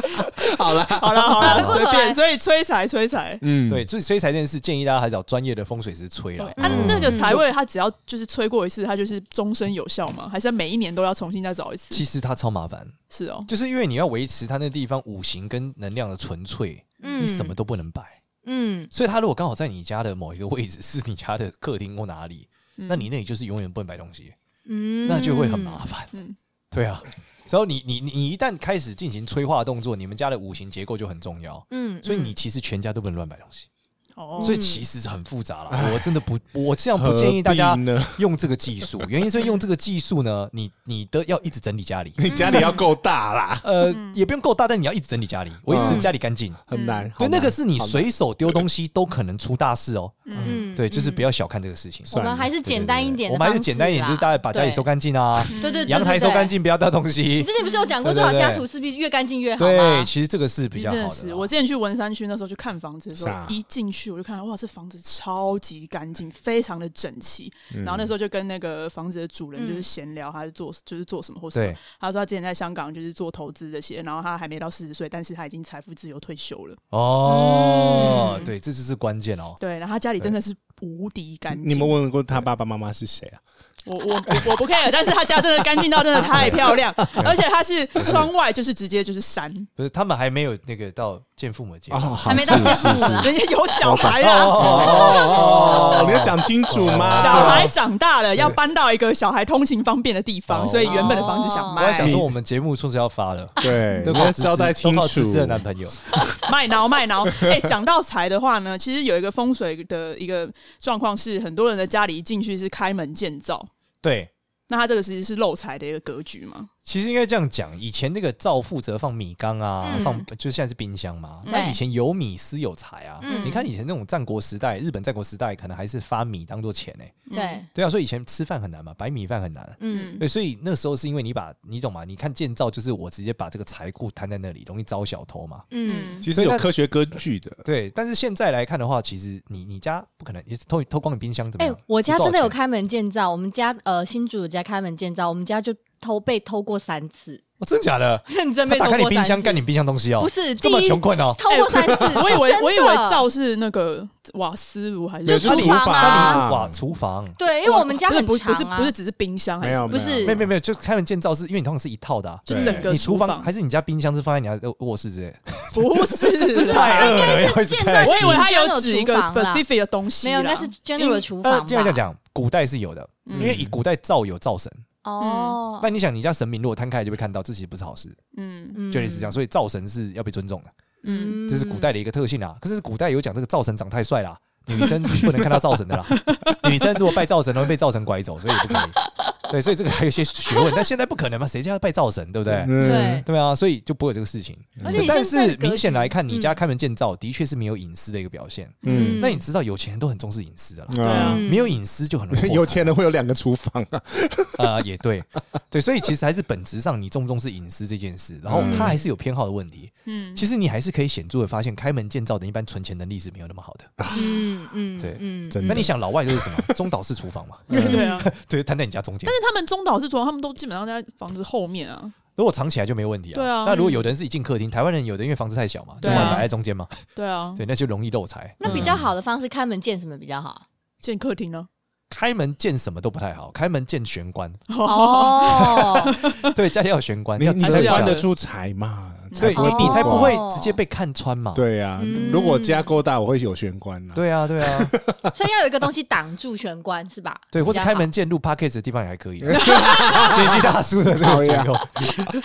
Speaker 5: 好了，
Speaker 1: 好了好了，
Speaker 4: 回过
Speaker 1: 随
Speaker 4: 头来
Speaker 1: 便。所以催财催财。
Speaker 5: 嗯，
Speaker 3: 对，所以所以才这件事建议大家还是找专业的风水师吹了。
Speaker 1: 啊，那个财位，它只要就是催过一次，它就是终身有效吗？还是每一年都要重新再找一次？
Speaker 3: 其实它超麻烦，
Speaker 1: 是哦，
Speaker 3: 就是因为你要维持它那地方五行跟能量的纯粹，
Speaker 4: 嗯
Speaker 3: <laughs> 你什么都不能摆。
Speaker 4: 嗯，
Speaker 3: 所以它如果刚好在你家的某一个位置，是你家的客厅或哪里，
Speaker 1: 嗯
Speaker 3: 那你那里就是永远不能摆东西，
Speaker 4: 嗯
Speaker 3: 那就会很麻烦。
Speaker 1: 嗯
Speaker 3: 对啊。然后你你你你一旦开始进行催化动作，你们家的五行结构就很重要，
Speaker 4: 嗯，
Speaker 3: 所以你其实全家都不能乱摆东西。
Speaker 1: 哦，
Speaker 3: 所以其实是很复杂了。
Speaker 4: 嗯
Speaker 3: 我真的不，我这样不建议大
Speaker 5: 何
Speaker 3: 家
Speaker 5: 必呢，
Speaker 3: 用这个技
Speaker 4: <laughs>
Speaker 3: 术，原因是因为用这个技术呢，你你的要一直整理家里，
Speaker 5: 你家里要够大啦，
Speaker 3: 呃，
Speaker 4: 嗯
Speaker 3: 也不用够大，但你要一直整理家里，维持
Speaker 5: 嗯
Speaker 3: 家里干净。
Speaker 5: 很难。好
Speaker 3: 对，那
Speaker 5: 难
Speaker 3: 个是你
Speaker 5: 好难
Speaker 3: 随手丢东西都可能出大事哦。
Speaker 4: 嗯
Speaker 3: 对，就是不
Speaker 4: 要。
Speaker 3: 要小看这个事情。
Speaker 4: 我
Speaker 5: 算了
Speaker 4: 们还是简单一点
Speaker 3: 我
Speaker 4: 的方
Speaker 3: 们
Speaker 4: 式啦，
Speaker 3: 还是简单一点，就是大家把家里收干净啊，
Speaker 4: 对，对对，对
Speaker 3: 阳台收干。净，不要掉东
Speaker 4: 对对你
Speaker 3: 西
Speaker 4: 之。前不是有讲过，
Speaker 3: 对
Speaker 4: 最
Speaker 3: 对
Speaker 4: 好
Speaker 3: 对
Speaker 4: 家徒四壁越干净越好
Speaker 3: 对，
Speaker 4: 吗？
Speaker 3: 其实这个是比较
Speaker 1: 真
Speaker 3: 好
Speaker 1: 的
Speaker 3: 的
Speaker 1: 是，
Speaker 3: 啦。
Speaker 1: 我之前去文山区那时候去看房子的时
Speaker 5: 是啊
Speaker 1: 候，一进去我就看到哇，这房子超级干净，非常的整齐。
Speaker 3: 嗯
Speaker 1: 然后那时候就跟那个房子的主人就是闲聊，他是做就是做什么或什么
Speaker 3: 对。，
Speaker 1: 他说他之前在香港就是做投资这些，然后他还没到四十岁，但是他已经财富自由退休了。
Speaker 3: 哦，对，这就是关键哦。
Speaker 1: 对，然后他家里真的是无敌干净。
Speaker 5: 你们问过他爸爸妈妈是谁啊？
Speaker 1: 我我我不 care，但是他家真的干净到真的太漂
Speaker 3: <laughs>
Speaker 1: 亮，而且他是窗外就是直接就是山，
Speaker 3: 不是，他们还没有那个到见父母的阶
Speaker 5: 哦，
Speaker 3: 段。
Speaker 5: 好
Speaker 4: 还没到
Speaker 5: 是
Speaker 4: 结
Speaker 5: 是
Speaker 4: 束
Speaker 5: 是
Speaker 4: 啦。
Speaker 1: 人家有小孩
Speaker 3: 啊哦
Speaker 1: 啦。
Speaker 5: 哦
Speaker 3: 哦，
Speaker 5: 你要讲清楚吗？
Speaker 1: 小孩长大了，要搬到一个小孩通勤方便的地方，
Speaker 3: 啊哦
Speaker 1: 所以原本的房子想
Speaker 3: 我还想
Speaker 1: 卖，
Speaker 3: 说，我们节目说是要发了，
Speaker 5: 对，
Speaker 3: 都
Speaker 5: 你
Speaker 3: 靠
Speaker 5: 要
Speaker 3: 芝
Speaker 5: 交代清
Speaker 3: 都靠芝
Speaker 5: 楚
Speaker 3: 芝。的男朋友。
Speaker 1: 卖挠卖挠。哎，讲到财的话呢，其实有一个风水的一个状况是，很多人的家里一进去是开门见灶，
Speaker 3: 对，
Speaker 1: 那他这个其实是漏财的一个格局嘛。
Speaker 3: 其实应该这样讲，以前那个灶负责放米缸啊，
Speaker 4: 嗯
Speaker 3: 放就现在是冰箱嘛。
Speaker 4: 对
Speaker 3: 那以前有米私有财啊，
Speaker 4: 嗯
Speaker 3: 你看以前那种战国时代，日本战国时代可能还是发米当做钱呢、
Speaker 4: 对，
Speaker 1: 嗯
Speaker 3: 对啊，所以以前吃饭很难嘛，白米饭很难。
Speaker 4: 嗯，
Speaker 3: 对，所以那时候是因为你把你懂吗？你看建造就是我直接把这个财库摊在那里，容易招小偷嘛。
Speaker 4: 嗯，
Speaker 5: 其实有科学根据的，
Speaker 3: 对，但是现在来看的话，其实你你家不可能，你偷偷光你冰箱怎么
Speaker 4: 哎、
Speaker 3: 样？
Speaker 4: 我家真的有
Speaker 3: 看，
Speaker 4: 开门见灶，我们家呃新主家开门见灶，我们家就偷被偷过三次， <laughs>
Speaker 3: 哦真假的？
Speaker 4: 认真
Speaker 3: 他
Speaker 4: 被偷
Speaker 3: 打开你
Speaker 4: 过
Speaker 3: 冰
Speaker 4: 三
Speaker 3: 箱，
Speaker 4: 次
Speaker 3: 干。你冰箱东西哦，
Speaker 4: 不是第
Speaker 3: 这么
Speaker 4: 一
Speaker 3: 穷困哦。
Speaker 4: 偷过三次，
Speaker 1: <laughs> 我以
Speaker 4: 是
Speaker 1: 为
Speaker 4: 真
Speaker 1: 我以
Speaker 4: 的
Speaker 1: 为灶是那个瓦斯炉还是
Speaker 5: 没有
Speaker 4: 就厨房啊
Speaker 3: 那你哇，厨房。
Speaker 4: 对，因为我们家
Speaker 1: 不是
Speaker 4: 很
Speaker 1: 不是
Speaker 4: 长
Speaker 1: 不是
Speaker 4: 啊，
Speaker 1: 不是只是冰箱，还
Speaker 5: 没
Speaker 1: 是
Speaker 5: 有
Speaker 4: 不是
Speaker 3: 没有没有没有，就开门见灶是因为你通常是一套的、啊，
Speaker 1: 就
Speaker 5: 对
Speaker 1: 整个
Speaker 3: 你厨
Speaker 1: 房
Speaker 3: 房还是你家冰箱是放在你家卧室之类的，
Speaker 1: <laughs> 不是不
Speaker 4: 啊是
Speaker 3: 太
Speaker 4: 应
Speaker 3: 饿
Speaker 4: 该
Speaker 3: 了要
Speaker 4: 是
Speaker 3: 一直
Speaker 4: 建
Speaker 3: 开
Speaker 4: 在
Speaker 1: 我以为他
Speaker 4: 有
Speaker 1: 指一个 specific 的东西
Speaker 4: 没
Speaker 1: 啦，
Speaker 4: 有，那是 general 的厨
Speaker 3: 呃
Speaker 4: 房吧。
Speaker 3: 这样讲讲，古代是有的，
Speaker 1: 嗯
Speaker 3: 因为以古代灶有灶神，
Speaker 4: 哦，
Speaker 3: 那你想你家神明如果摊开来就被看到，这其实不是好事，
Speaker 1: 嗯
Speaker 4: 嗯
Speaker 3: 就类似这样，所以灶神是要被尊重的，
Speaker 1: 嗯，
Speaker 3: 这是古代的一个特性啊。可是古代有讲这个灶神长太帅啦。女生是不能看到灶神的啦，女生如果拜灶神容易被灶神拐走，所以不可以。对，所以这个还有一些学问，但现在不可能嘛，谁家要拜灶神，对不对？
Speaker 4: 对，
Speaker 3: 对啊，所以就不会有这个事情。
Speaker 4: 而且
Speaker 3: 对
Speaker 4: 你
Speaker 3: 但
Speaker 4: 现在
Speaker 3: 是
Speaker 4: 格
Speaker 3: 明显
Speaker 4: 局
Speaker 3: 来看，你家
Speaker 4: 嗯
Speaker 3: 开门见灶的确是没有隐私的一个表现。
Speaker 5: 嗯，
Speaker 3: 那你知道有钱人都很重视隐私的啦，
Speaker 1: 对啊
Speaker 4: 嗯
Speaker 3: 没有隐私就
Speaker 4: <laughs>
Speaker 3: 很容易破产
Speaker 5: <laughs> 有钱人会有两个厨房啊，
Speaker 3: 呃也对对，所以其实还是本质上你重不重视隐私这件事，然后
Speaker 4: 嗯
Speaker 3: 他还是有偏好的问题。
Speaker 1: 嗯
Speaker 3: 其实你还是可以显著的发现，开门见灶的一般存钱能力是没有那么好的。
Speaker 4: 嗯嗯，
Speaker 3: 对
Speaker 4: 嗯，
Speaker 5: 真
Speaker 3: 那
Speaker 5: 的
Speaker 3: 你。想老外就是什么中岛式厨房嘛，
Speaker 1: <laughs>
Speaker 3: <laughs>
Speaker 1: 对啊。
Speaker 3: 对，摊在你家中间
Speaker 1: 但，是他们中岛是主要，他们都基本上在房子后面啊。
Speaker 3: 如果藏起来就没问题啊。
Speaker 1: 对啊
Speaker 3: 那
Speaker 4: 嗯
Speaker 3: 如果有的人是一进客厅，台湾人有的因为房子太小嘛，就
Speaker 1: 对
Speaker 3: 把
Speaker 1: 啊
Speaker 3: 它摆在中间嘛，
Speaker 1: 对啊，
Speaker 3: 对，那就容易漏财。
Speaker 4: 那比较好的方式，开门见什么比较好？
Speaker 1: 建客厅啊呢？
Speaker 3: 开门见什么都不太好，开门见玄关。 <laughs>
Speaker 4: 哦， <laughs>
Speaker 3: 对，家里要有玄关，
Speaker 5: 你
Speaker 3: 要
Speaker 5: 你
Speaker 3: 遮
Speaker 5: 才
Speaker 3: 一下
Speaker 5: 关得住财嘛？
Speaker 3: 对
Speaker 5: 才不会
Speaker 3: 你，你
Speaker 5: 闭
Speaker 3: 才不
Speaker 5: 关
Speaker 3: 会啊直接被看穿嘛。
Speaker 5: 对啊
Speaker 4: 嗯，
Speaker 5: 如果家够大，我会有玄关啊。
Speaker 3: 对啊，
Speaker 4: <laughs>
Speaker 3: 对啊，
Speaker 4: 所以要有一个东西挡住玄关，是吧？
Speaker 3: 对，或者
Speaker 4: 比较
Speaker 3: 开
Speaker 4: 好
Speaker 3: 门见录 podcast 的地方也还可以啦。
Speaker 5: <laughs>
Speaker 3: 杰西大叔的这个结构，
Speaker 5: <laughs>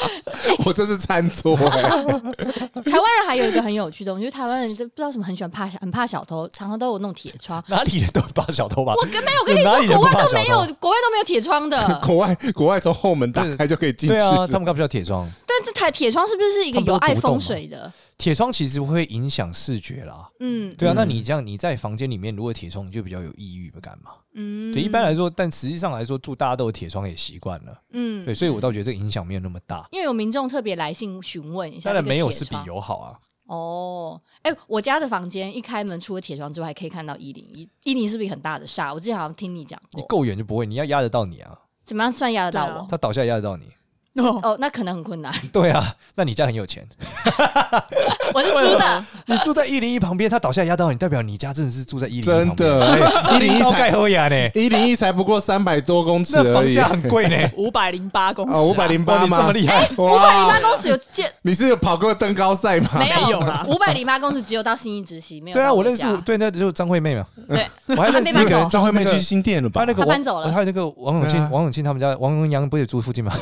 Speaker 5: 我这是餐
Speaker 4: <laughs>
Speaker 5: 桌欸，
Speaker 4: 台湾人还有一个很有趣的，我觉得台湾人就不知道为什么很喜欢怕小，很怕小偷，常常都有那种铁窗。
Speaker 3: <laughs> 哪里人都怕小偷吧？
Speaker 4: 我跟没有我跟你
Speaker 3: 哪里人
Speaker 4: 说，国外
Speaker 3: 不怕
Speaker 4: 都
Speaker 3: 小
Speaker 4: 没有
Speaker 3: 偷，
Speaker 4: 国外都没有铁窗的。
Speaker 5: 国外国外从后门打开就可以进去
Speaker 3: 对啊，他
Speaker 5: 了。
Speaker 3: 们干嘛叫铁窗？
Speaker 4: 但这台铁窗是不是一个
Speaker 3: 他们不
Speaker 4: 有
Speaker 3: 是
Speaker 4: 碍
Speaker 3: 独栋
Speaker 4: 风
Speaker 3: 吗
Speaker 4: 水的？
Speaker 3: 铁窗其实会影响视觉啦。
Speaker 4: 嗯
Speaker 3: 对啊，
Speaker 5: 嗯
Speaker 3: 那你这样你在房间里面如果有铁窗，你就比较有抑郁感嘛。
Speaker 4: 嗯，
Speaker 3: 对，一般来说，但实际上来说，住大家都有铁窗也习惯了。
Speaker 4: 嗯
Speaker 3: 对，所以我倒觉得这个影响没有那么大。
Speaker 4: 因为有民众特别来信询问一下
Speaker 3: 当
Speaker 4: 这个铁窗，
Speaker 3: 然没有是比有好啊。
Speaker 4: 哦。哎、我家的房间一开门，除了铁窗之外，还可以看到一零一。一零是不是一个很大的煞？我之前好像听你讲
Speaker 3: 你
Speaker 4: 过，
Speaker 3: 够远就不会，你要压得到你啊，
Speaker 4: 怎么样算压得到
Speaker 1: 对
Speaker 4: 我
Speaker 1: 啊？
Speaker 3: 他倒下压得到你。
Speaker 1: <laughs> 哦，
Speaker 4: 哦，那可能很困难。
Speaker 3: 对啊，那你家很有钱。
Speaker 4: 我是租的，
Speaker 3: 你住在一零一旁边，他倒下压到你，代表你家真的是住在一零一哎
Speaker 5: 真的，哎
Speaker 3: 一零一盖欧亚呢，
Speaker 5: 一零一才不过三百多公尺
Speaker 3: 那
Speaker 5: 而
Speaker 3: 房
Speaker 5: 已
Speaker 3: 价很贵呢，
Speaker 1: 五百零八公尺
Speaker 5: 啊，
Speaker 1: 啊，
Speaker 3: 哦
Speaker 5: 五百零
Speaker 3: 哇，你
Speaker 5: 八
Speaker 3: 这么
Speaker 5: 吗？
Speaker 3: 厉害，
Speaker 4: 五百零
Speaker 5: 哇
Speaker 4: 八，公尺有见
Speaker 5: 你是有跑过登高赛
Speaker 3: 啊
Speaker 5: 吗？
Speaker 4: 没
Speaker 1: 没有
Speaker 4: 有
Speaker 1: 啦？
Speaker 4: 五百零八公尺只有到新义直系，没有。
Speaker 3: 对啊，我认识我，对，那就是张惠妹嘛，
Speaker 4: 对， <laughs>
Speaker 3: 我还认识一
Speaker 4: 她
Speaker 3: 个人，
Speaker 4: 被搬走
Speaker 5: 张惠妹
Speaker 3: 就是那
Speaker 5: 去
Speaker 3: 个
Speaker 5: 新店了
Speaker 3: 他
Speaker 5: 吧
Speaker 3: 那？个
Speaker 4: 她
Speaker 3: 王
Speaker 4: 搬走了
Speaker 3: 还有那个王永
Speaker 5: 对
Speaker 3: 庆，
Speaker 5: 啊
Speaker 3: 王永庆他们家王永阳不是也住附近吗？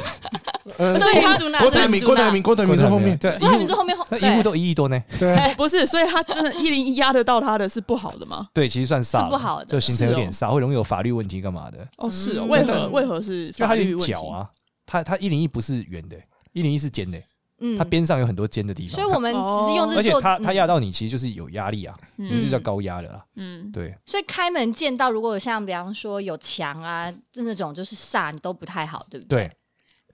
Speaker 5: 呃
Speaker 4: 所以朱娜
Speaker 5: 郭台铭，郭台铭，郭台铭在后面，
Speaker 3: 对，
Speaker 4: 郭台铭是后面后
Speaker 3: 那
Speaker 4: 对
Speaker 3: 一户都一亿多呢，
Speaker 5: 对啊，
Speaker 1: 不是，所以他真的一零一压得到他的是不好的吗？
Speaker 3: 对，其实算煞了，
Speaker 4: 是不哦好的
Speaker 3: 就形成有点
Speaker 1: 是
Speaker 3: 煞，会容易有法律问题干嘛的，
Speaker 1: 哦，是哦，
Speaker 4: 嗯
Speaker 1: 为
Speaker 3: 对
Speaker 1: 何为何是
Speaker 3: 因为它
Speaker 1: 法律
Speaker 3: 有
Speaker 1: 问题？
Speaker 3: 角啊，它它一零一不是圆的，一零一是尖的，
Speaker 4: 嗯
Speaker 3: 它边上有很多尖的地方，
Speaker 4: 所以我们
Speaker 1: 哦
Speaker 4: 只是用
Speaker 3: 而
Speaker 4: 这
Speaker 3: 且
Speaker 4: 做，
Speaker 3: 它它
Speaker 4: 嗯
Speaker 3: 压到你，其实就是有压力啊，
Speaker 1: 嗯
Speaker 3: 这就叫高压了啦。啊
Speaker 1: 嗯，
Speaker 3: 对，
Speaker 4: 所以开门见到，如果像比方说有墙啊那种就是煞，你都不太好，对不对？
Speaker 3: 对，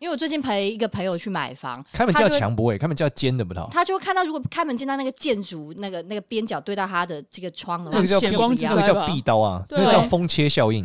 Speaker 4: 因为我最近陪一个朋友去买房，
Speaker 3: 开门
Speaker 4: 他
Speaker 3: 叫
Speaker 4: 就会
Speaker 3: 强不会，开门叫尖的不好，
Speaker 4: 他就会看到如果开门见到那个建筑那个那个边角对到他的这个窗的话，
Speaker 3: 那个叫
Speaker 1: 显
Speaker 3: 壁
Speaker 1: 光之
Speaker 3: 那
Speaker 1: 灾
Speaker 3: 个叫
Speaker 1: 吧
Speaker 3: 壁刀啊，
Speaker 1: 对
Speaker 3: 那个叫风切效应，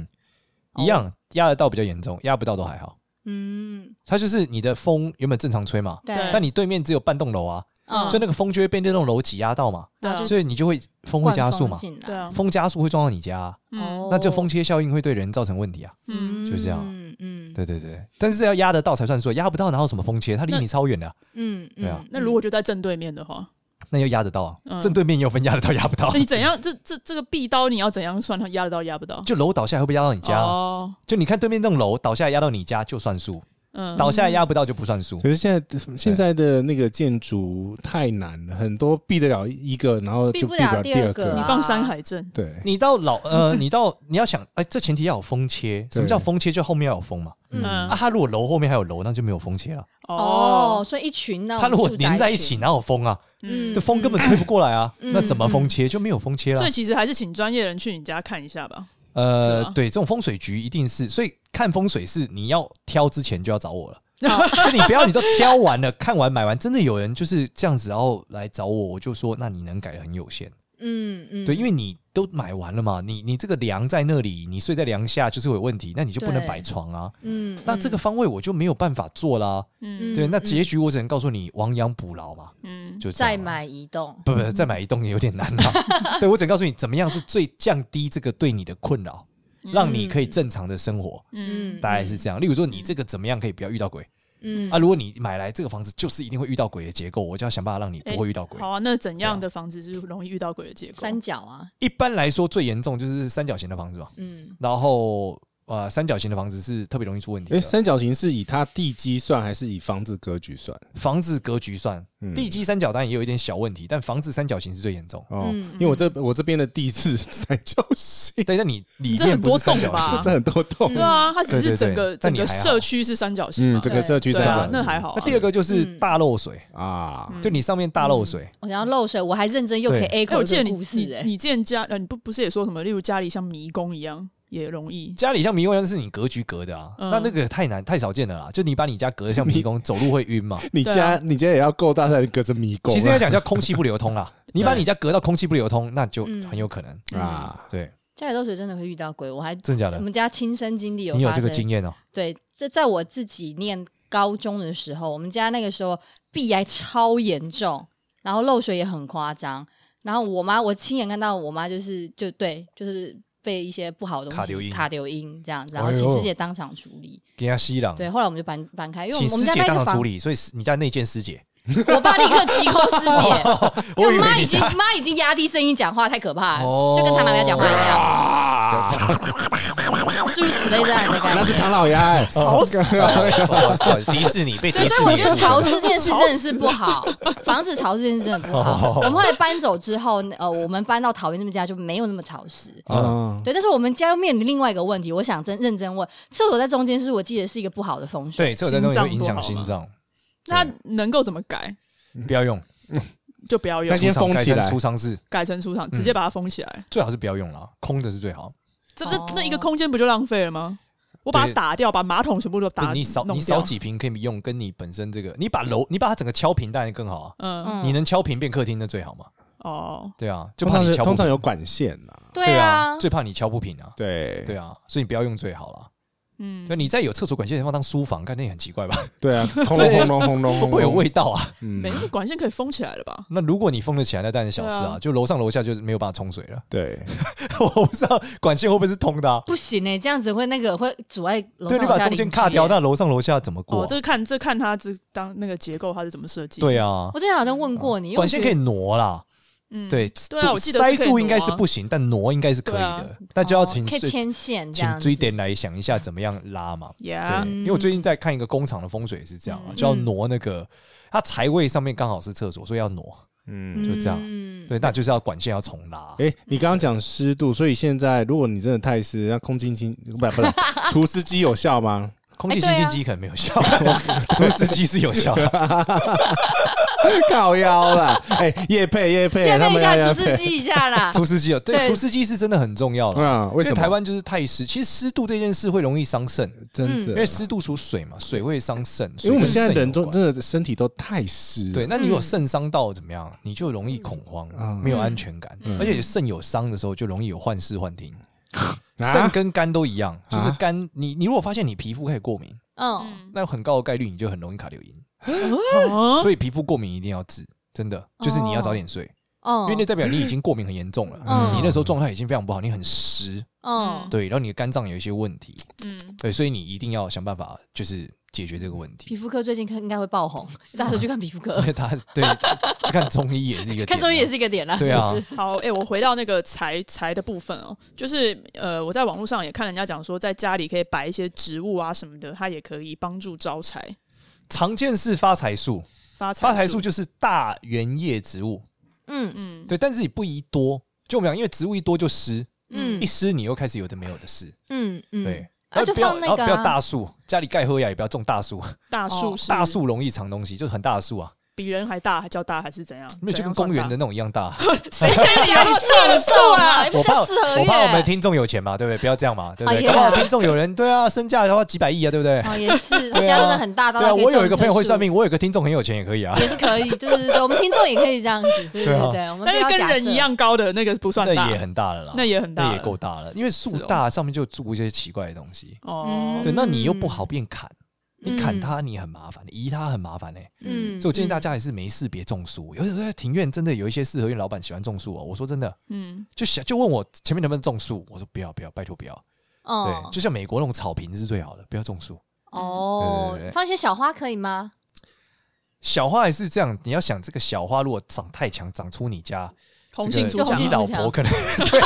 Speaker 4: 哦
Speaker 3: 一样压得到比较严重，压不到都还好。
Speaker 4: 嗯，
Speaker 3: 它就是你的风原本正常吹嘛，
Speaker 4: 对，
Speaker 1: 对
Speaker 3: 但你对面只有半栋楼啊，
Speaker 4: 嗯
Speaker 3: 所以那个风就会被那栋楼挤压到嘛，
Speaker 1: 对啊
Speaker 4: 就是
Speaker 3: 所以你就会风会
Speaker 4: 灌
Speaker 3: 加速
Speaker 4: 风
Speaker 3: 嘛，
Speaker 4: 进来哦
Speaker 1: 对，啊，
Speaker 3: 风加速会撞到你家啊，
Speaker 1: 嗯
Speaker 3: 那就风切效应会对人造成问题啊。
Speaker 1: 嗯，
Speaker 3: 就这样
Speaker 4: 嗯嗯，
Speaker 3: 对对对，但是要压得到才算数，压不到哪有什么风切？它离
Speaker 1: 那
Speaker 3: 你超远的啊，
Speaker 4: 嗯，嗯
Speaker 3: 对啊
Speaker 1: 那如果就在正对面的话，
Speaker 3: 那要压得到啊。
Speaker 1: 嗯
Speaker 3: 正对面也有分压得到压不到
Speaker 1: 那，你怎样？这这这个壁刀你要怎样算？它压得到压不到？
Speaker 3: 就楼倒下来会不会压到你家啊？
Speaker 1: 哦，
Speaker 3: 就你看对面那栋楼倒下来压到你家就算数，
Speaker 1: 嗯，
Speaker 3: 倒下来压不到就不算数。
Speaker 5: 可是现在现在的那个建筑太难了，很多避得了一个，然后就
Speaker 4: 避不
Speaker 5: 了
Speaker 4: 了
Speaker 5: 第
Speaker 4: 第二
Speaker 5: 个。
Speaker 4: 个
Speaker 1: 你
Speaker 4: 啊
Speaker 1: 放山海镇，
Speaker 5: 对，
Speaker 3: 你到老
Speaker 4: <laughs>
Speaker 3: 呃，你到你要想，哎，这前提要有风切。什么
Speaker 5: 对
Speaker 3: 叫风切？就后面要有风嘛。
Speaker 4: 嗯
Speaker 1: 嗯
Speaker 3: 啊，它如果楼后面还有楼，那就没有风切了。
Speaker 4: 哦，，所以一群那种
Speaker 3: 它如果
Speaker 4: 住宅
Speaker 3: 连在一
Speaker 4: 群
Speaker 3: 起，哪有风啊？
Speaker 4: 嗯
Speaker 3: 这风根本吹不过来啊，
Speaker 4: 嗯
Speaker 3: 那怎么风切就没有风切
Speaker 1: 所
Speaker 3: 了
Speaker 1: 以？其实还是请专业人去你家看一下吧。
Speaker 3: 呃
Speaker 1: 是吗，
Speaker 3: 对，这种风水局一定是，所以看风水是你要挑之前就要找我了。
Speaker 4: 哦
Speaker 3: <laughs> 就你不要，你都挑完了、看完、买完，真的有人就是这样子，然后来找我，我就说，那你能改的很有限，
Speaker 4: 嗯嗯，
Speaker 3: 对，因为你都买完了嘛，你你这个梁在那里，你睡在梁下就是会有问题，那你就不能
Speaker 4: 对
Speaker 3: 摆床啊，
Speaker 4: 嗯，
Speaker 3: 那这个
Speaker 4: 嗯
Speaker 3: 方位我就没有办法做啦，
Speaker 1: 嗯
Speaker 3: 对，那
Speaker 4: 嗯
Speaker 3: 结局我只能告诉你亡羊补牢嘛，
Speaker 1: 嗯，
Speaker 3: 就这样
Speaker 4: 再
Speaker 3: 啊
Speaker 4: 买移动，
Speaker 3: 不不，再买一栋也有点难
Speaker 1: <laughs>
Speaker 3: 啦。对我只能告诉你，怎么样是最降低这个对你的困扰，让你可以正常的生活，
Speaker 1: 嗯
Speaker 3: 大概是这样。例如说，你这个怎么样可以不要遇到鬼
Speaker 4: 嗯
Speaker 3: 啊？如果你买来这个房子就是一定会遇到鬼的结构，我就要想办法让你不会遇到鬼
Speaker 1: 好。啊，那怎样的房子是容易遇到鬼的结构？
Speaker 4: 三角啊，
Speaker 3: 一般来说，最严重就是三角形的房子嘛，
Speaker 4: 嗯，
Speaker 3: 然后呃，三角形的房子是特别容易出问题
Speaker 5: 哎，
Speaker 3: 的。
Speaker 5: 三角形是以它地基算，还是以房子格局算？
Speaker 3: 房子格局算，
Speaker 5: 嗯
Speaker 3: 地基三角当然也有一点小问题，但房子三角形是最严重。
Speaker 5: 哦
Speaker 4: 嗯，
Speaker 5: 因为我这我这边的地 <laughs> 是三角形，
Speaker 3: 对，那你里
Speaker 1: 这
Speaker 3: 面
Speaker 1: 很
Speaker 3: 不
Speaker 1: 多
Speaker 3: 是三角
Speaker 1: 栋吧
Speaker 3: 形，
Speaker 5: 这很多栋
Speaker 4: 嗯。
Speaker 1: 对啊，它只
Speaker 3: 对对
Speaker 1: 是
Speaker 3: 对
Speaker 1: 整个整
Speaker 3: 但你
Speaker 1: 个
Speaker 3: 还好
Speaker 1: 社区是三角形
Speaker 5: 嗯
Speaker 1: 嘛，，
Speaker 5: 这个社区三
Speaker 1: 对
Speaker 5: 角
Speaker 1: 啊
Speaker 5: 形，
Speaker 1: 那还好
Speaker 3: 那
Speaker 1: 啊。
Speaker 3: 第二个就是
Speaker 4: 嗯
Speaker 3: 大漏水，
Speaker 5: 啊，
Speaker 1: 嗯
Speaker 3: 就你上面大漏水，
Speaker 4: 我想要漏水，我还认真又可以
Speaker 3: 对
Speaker 4: A
Speaker 1: 哎，我
Speaker 4: 口
Speaker 1: 记得
Speaker 4: 这个
Speaker 1: 你
Speaker 4: 故事
Speaker 1: 你
Speaker 4: 哎，
Speaker 1: 你之前家呃，你不不是也说什么，例如家里像迷宫一样也容易，
Speaker 3: 家里像迷宫一样是你格局隔的啊，
Speaker 1: 嗯
Speaker 3: 那那个太难太少见了啦。就你把你家隔得像迷宫，走路会晕嘛。
Speaker 5: <laughs> 你
Speaker 1: 对
Speaker 5: 家
Speaker 1: 啊
Speaker 5: 你家也要够大，才能隔着迷宫啊。
Speaker 3: 其实要讲叫空气不流通
Speaker 5: <laughs>
Speaker 3: 啦，你把
Speaker 1: 对
Speaker 3: 你家隔到空气不流通，那就
Speaker 4: 嗯
Speaker 3: 很有可能。 <laughs>
Speaker 5: 啊，
Speaker 3: 对，
Speaker 4: 家里漏水真的会遇到鬼，我还
Speaker 3: 真的假
Speaker 4: 我
Speaker 3: 的？
Speaker 4: 们家亲身经历有
Speaker 3: 你有
Speaker 4: 发
Speaker 3: 这个
Speaker 4: 生，
Speaker 3: 经验哦？
Speaker 4: 对，这在我自己念高中的时候，我们家那个时候壁癌超严重，然后漏水也很夸张，然后我妈我亲眼看到我妈就是就对就是。被一些不好的东西
Speaker 3: 卡留音
Speaker 4: 卡留音这样，然后
Speaker 3: 哎呦
Speaker 4: 请师姐当场处理。
Speaker 3: 给他吸了，
Speaker 4: 对，后来我们就搬搬开，因为我
Speaker 3: 请
Speaker 4: 们我们
Speaker 3: 师
Speaker 4: 家
Speaker 3: 姐
Speaker 4: 那
Speaker 3: 当
Speaker 4: 个
Speaker 3: 场
Speaker 4: 房
Speaker 3: 处，理，所以是你家内建师
Speaker 5: <laughs>
Speaker 3: 姐。
Speaker 4: 我爸立刻急 call 师姐，因
Speaker 3: <laughs> 我
Speaker 4: 为
Speaker 3: 以
Speaker 4: 妈
Speaker 3: 为
Speaker 4: 已
Speaker 3: 你
Speaker 4: 经
Speaker 3: 家
Speaker 4: 妈已经压低声音讲话，太可怕了，
Speaker 3: 哦
Speaker 4: 就跟唐老鸭讲话一样，
Speaker 5: 啊，
Speaker 4: 诸如此类这样的感
Speaker 3: <laughs>
Speaker 5: 那
Speaker 4: 觉。
Speaker 5: 是唐老鸭哎，哦
Speaker 3: 吵死
Speaker 5: <laughs>
Speaker 3: 了，哦不好意思不好意思迪士尼被迪
Speaker 4: 对，
Speaker 3: 士
Speaker 4: 所以我
Speaker 3: 尼
Speaker 4: 觉得
Speaker 3: 的
Speaker 4: 潮湿这件事真的是不
Speaker 3: <laughs>
Speaker 4: 好，防止潮湿这件事真的不
Speaker 3: 哦
Speaker 4: 好。我们后来搬走之后，呃，我们搬到桃园那边家就没有那么潮湿。
Speaker 5: 啊，
Speaker 4: 对，但是我们家又面临另外一个问题，我想真认真问，厕所在中间是我记得是一个不好的风水，
Speaker 3: 对，这有在中间会影响心脏，
Speaker 1: 那能够怎么改？
Speaker 3: 不要用，
Speaker 1: 就不要
Speaker 5: 那
Speaker 1: 用
Speaker 5: 就，先封起来
Speaker 3: 出丧事
Speaker 1: 改成出厂，
Speaker 3: 嗯
Speaker 1: 直接把它封起来。
Speaker 3: 最好是不要用了，啊空的是最好。
Speaker 1: 这不是
Speaker 4: 哦
Speaker 1: 那一个空间不就浪费了吗？我把它
Speaker 3: 对
Speaker 1: 打掉，把马桶全部都打
Speaker 3: 对你少
Speaker 1: 弄
Speaker 3: 你
Speaker 1: 掉
Speaker 3: 少几瓶可以用，跟你本身这个，你把楼你把它整个敲平当然更好啊。
Speaker 1: 嗯
Speaker 4: 嗯
Speaker 3: 你能敲平变客厅那最好嘛？
Speaker 1: 哦，
Speaker 3: 对啊，就
Speaker 5: 通
Speaker 3: 怕
Speaker 5: 常
Speaker 3: 你
Speaker 5: 是
Speaker 3: 敲不
Speaker 5: 通常
Speaker 3: 平。
Speaker 5: 有管线啦，
Speaker 4: 对
Speaker 3: 对
Speaker 4: 啊，
Speaker 3: 最怕你敲不平啊。
Speaker 5: 对
Speaker 3: 对啊，所以你不要用最好啦。
Speaker 1: 嗯
Speaker 3: 那，你在有厕所管线的地方当书房，看那也很奇怪吧？<laughs>
Speaker 5: 对啊，轰隆轰隆轰隆
Speaker 3: 会
Speaker 5: 轰
Speaker 3: 不会有
Speaker 5: 隆，
Speaker 3: 味道啊？
Speaker 5: 嗯
Speaker 1: 没，事管线可以封起来了吧？
Speaker 3: 那如果你封得起来，那当然是小事
Speaker 1: 对
Speaker 3: 啊。
Speaker 1: 啊
Speaker 3: 就楼上楼下就是没有办法冲水了。 <laughs>
Speaker 5: 对，
Speaker 3: 我不知道管线会不会是通的啊？
Speaker 4: 不行哎、这样子会那个会阻碍楼上
Speaker 3: 对，你
Speaker 4: 楼
Speaker 3: 把
Speaker 4: 下
Speaker 3: 中
Speaker 4: 邻
Speaker 3: 间
Speaker 4: 居
Speaker 3: 卡掉，
Speaker 4: 欸
Speaker 3: 那楼上楼下怎么过
Speaker 1: 哦，
Speaker 3: 啊？
Speaker 1: 这看这看它这当那个结构它是怎么设计。
Speaker 3: 对啊，
Speaker 4: 我之前好像问过你，因为
Speaker 3: 哦管
Speaker 4: 我
Speaker 3: 线
Speaker 4: 觉
Speaker 3: 可以
Speaker 4: 得
Speaker 3: 挪啦。
Speaker 1: 嗯，
Speaker 3: 对，
Speaker 1: 对啊我记得是
Speaker 3: 塞
Speaker 1: 可以
Speaker 3: 住应该
Speaker 1: 挪啊
Speaker 3: 是不行，但挪应该是可以的
Speaker 1: 对啊，
Speaker 3: 那就要
Speaker 4: 哦
Speaker 3: 请
Speaker 4: 可以
Speaker 3: 最
Speaker 4: 牵线这
Speaker 3: 请
Speaker 4: 样
Speaker 3: 追
Speaker 4: 子。
Speaker 3: 点来想一下怎么样拉嘛。
Speaker 1: ，Yeah，
Speaker 3: 对，因为我最近在看一个工厂的风水也是这样啊，
Speaker 5: 嗯
Speaker 3: 就要挪那个它财位上面刚好是厕所，所以要挪。
Speaker 5: 嗯，
Speaker 3: 就这样
Speaker 4: 嗯
Speaker 3: 对，那就是要管线要重拉。
Speaker 5: 哎、你刚刚讲湿度，所以现在如果你真的太湿，那空气清
Speaker 3: <laughs>
Speaker 5: 不不是除湿机有效吗？
Speaker 3: 空气
Speaker 4: 哎对
Speaker 3: 清
Speaker 4: 啊
Speaker 3: 净机可能没有效， <laughs> 除湿机是有效的。
Speaker 5: 靠
Speaker 3: <laughs>
Speaker 5: 腰啦！哎、叶配叶配，
Speaker 4: 要
Speaker 5: 他
Speaker 4: 不要
Speaker 5: 们
Speaker 4: 一
Speaker 5: 要
Speaker 4: 下
Speaker 5: 要
Speaker 4: 除湿机一下啦。
Speaker 3: 除湿机有，对，
Speaker 4: 对
Speaker 3: 除湿机是真的很重要了。
Speaker 5: 啊？为
Speaker 3: 因
Speaker 5: 什
Speaker 3: 为
Speaker 5: 么
Speaker 3: 台湾就是太湿，其实湿度这件事会容易伤肾，
Speaker 5: 真的？
Speaker 3: 嗯因为湿度属水嘛，水会伤肾，
Speaker 5: 因为我们
Speaker 3: 水
Speaker 5: 现
Speaker 3: 跟
Speaker 5: 在
Speaker 3: 肾有
Speaker 5: 人中
Speaker 3: 关
Speaker 5: 真的身体都太湿，
Speaker 3: 对，，那你有
Speaker 4: 嗯
Speaker 3: 肾伤到怎么样？你就容易恐慌，
Speaker 5: 嗯
Speaker 3: 没有安全感，而且肾有伤的时候就容易有幻视、幻听。肾
Speaker 5: 啊，
Speaker 3: 跟肝都一样，就是
Speaker 5: 啊
Speaker 3: 肝，你你如果发现你皮肤开始过敏，
Speaker 4: 嗯，
Speaker 3: 那很高的概率你就很容易卡流音，
Speaker 1: 哦
Speaker 4: <laughs>
Speaker 3: 所以皮肤过敏一定要治，真的就是你要早点睡，
Speaker 4: 嗯，
Speaker 3: 因为那代表你已经过敏很严重了，
Speaker 4: 嗯
Speaker 3: 你那时候状态已经非常不好，你很湿，
Speaker 4: 嗯
Speaker 3: 对，然后你的肝脏有一些问题，
Speaker 1: 嗯，
Speaker 3: 对，所以你一定要想办法就是解决这个问
Speaker 4: 皮
Speaker 3: 题。
Speaker 4: 肤科最近看应该会爆红，大家都去看皮肤科
Speaker 3: <laughs> 因，为他对去看中医也是一个点啊，
Speaker 4: 看中医也是一个点啦。
Speaker 3: 对啊，
Speaker 4: <laughs>
Speaker 1: 好，哎、我回到那个财财的部分哦，就是呃，我在网络上也看人家讲说，在家里可以摆一些植物啊什么的，它也可以帮助招财
Speaker 3: 常见是发财树，
Speaker 1: 发财。
Speaker 3: 发财树，就是大圆叶植物，
Speaker 4: 嗯
Speaker 1: 嗯，
Speaker 3: 对，但是你不宜多。就我们讲，因为植物一多就湿，
Speaker 4: 嗯
Speaker 3: 一湿你又开始有的没有的湿，
Speaker 4: 嗯嗯，
Speaker 3: 对。呃
Speaker 4: 啊就
Speaker 3: 不要
Speaker 4: 放那
Speaker 3: 然后
Speaker 4: 个啊
Speaker 3: 不要大树，家里盖喝呀也不要种大树，
Speaker 1: 大树
Speaker 4: 哦
Speaker 1: 是、
Speaker 3: 大树容易藏东西，就是很大的树啊，
Speaker 1: 比人还大，还叫大还是怎样？
Speaker 3: 没有就
Speaker 1: 怎
Speaker 3: 跟
Speaker 1: 样
Speaker 3: 公园的
Speaker 1: 算
Speaker 3: 那种一样大。 <laughs>
Speaker 1: 大谁家里
Speaker 4: 家
Speaker 1: 养
Speaker 4: 里
Speaker 1: 那么
Speaker 4: 种
Speaker 1: 大的树
Speaker 4: 种
Speaker 1: 啊？
Speaker 4: 啊，也
Speaker 3: 我
Speaker 4: 不
Speaker 3: 怕
Speaker 4: 是四合
Speaker 3: 我怕我们
Speaker 4: 院。
Speaker 3: 听众有钱嘛，对不对？不要这样嘛，对不
Speaker 4: 哦
Speaker 3: 对？搞不好
Speaker 4: yeah
Speaker 3: 听众有人对啊，身价的话几百亿啊，对不对？
Speaker 4: 哦，也是，他
Speaker 3: <laughs> 对啊
Speaker 4: 家真的很大，大
Speaker 3: 对
Speaker 4: 到
Speaker 3: 啊，
Speaker 4: 可以
Speaker 3: 我有
Speaker 4: 种
Speaker 3: 一个朋友
Speaker 4: 棵
Speaker 3: 会算
Speaker 4: 树
Speaker 3: 命，我有一个听众很有钱也可以啊，
Speaker 4: 也是可以，对对对，我们听众也可以这样子，对
Speaker 3: 对啊
Speaker 4: 对对，我们
Speaker 1: 但
Speaker 4: 不
Speaker 1: 是
Speaker 4: 要
Speaker 1: 跟
Speaker 4: 假设
Speaker 1: 人一，样高的那个不算
Speaker 3: 那
Speaker 1: 大，
Speaker 3: 也很大了啦，
Speaker 1: 那也很大
Speaker 3: 那
Speaker 1: 了，
Speaker 3: 也够大了，因为树
Speaker 1: 是哦
Speaker 3: 大上面就住一些奇怪的东西，
Speaker 1: 哦。
Speaker 3: 对，那你又
Speaker 4: 嗯
Speaker 3: 不好变砍，你砍它你很麻烦，你移它很麻烦呢、欸
Speaker 4: 嗯，
Speaker 3: 所以我建议大家还是没事别种树。有的庭院真的有一些四合院老板喜欢种树哦，我说真的，
Speaker 1: 嗯，
Speaker 3: 就想就问我前面能不能种树，我说不要不要，拜托不要。
Speaker 4: 嗯，哦
Speaker 3: 对，就像美国那种草坪是最好的，不要种树。
Speaker 4: 哦
Speaker 3: 对对对，
Speaker 4: 放一些小花可以吗？
Speaker 3: 小花也是这样，你要想这个小花如果长太强，长出你家
Speaker 1: 红
Speaker 3: 这
Speaker 1: 杏
Speaker 3: 个
Speaker 1: 出
Speaker 4: 就红
Speaker 1: 墙
Speaker 4: 杏
Speaker 3: 你
Speaker 4: 出
Speaker 3: 老
Speaker 4: 墙
Speaker 3: 婆可能 <laughs> 对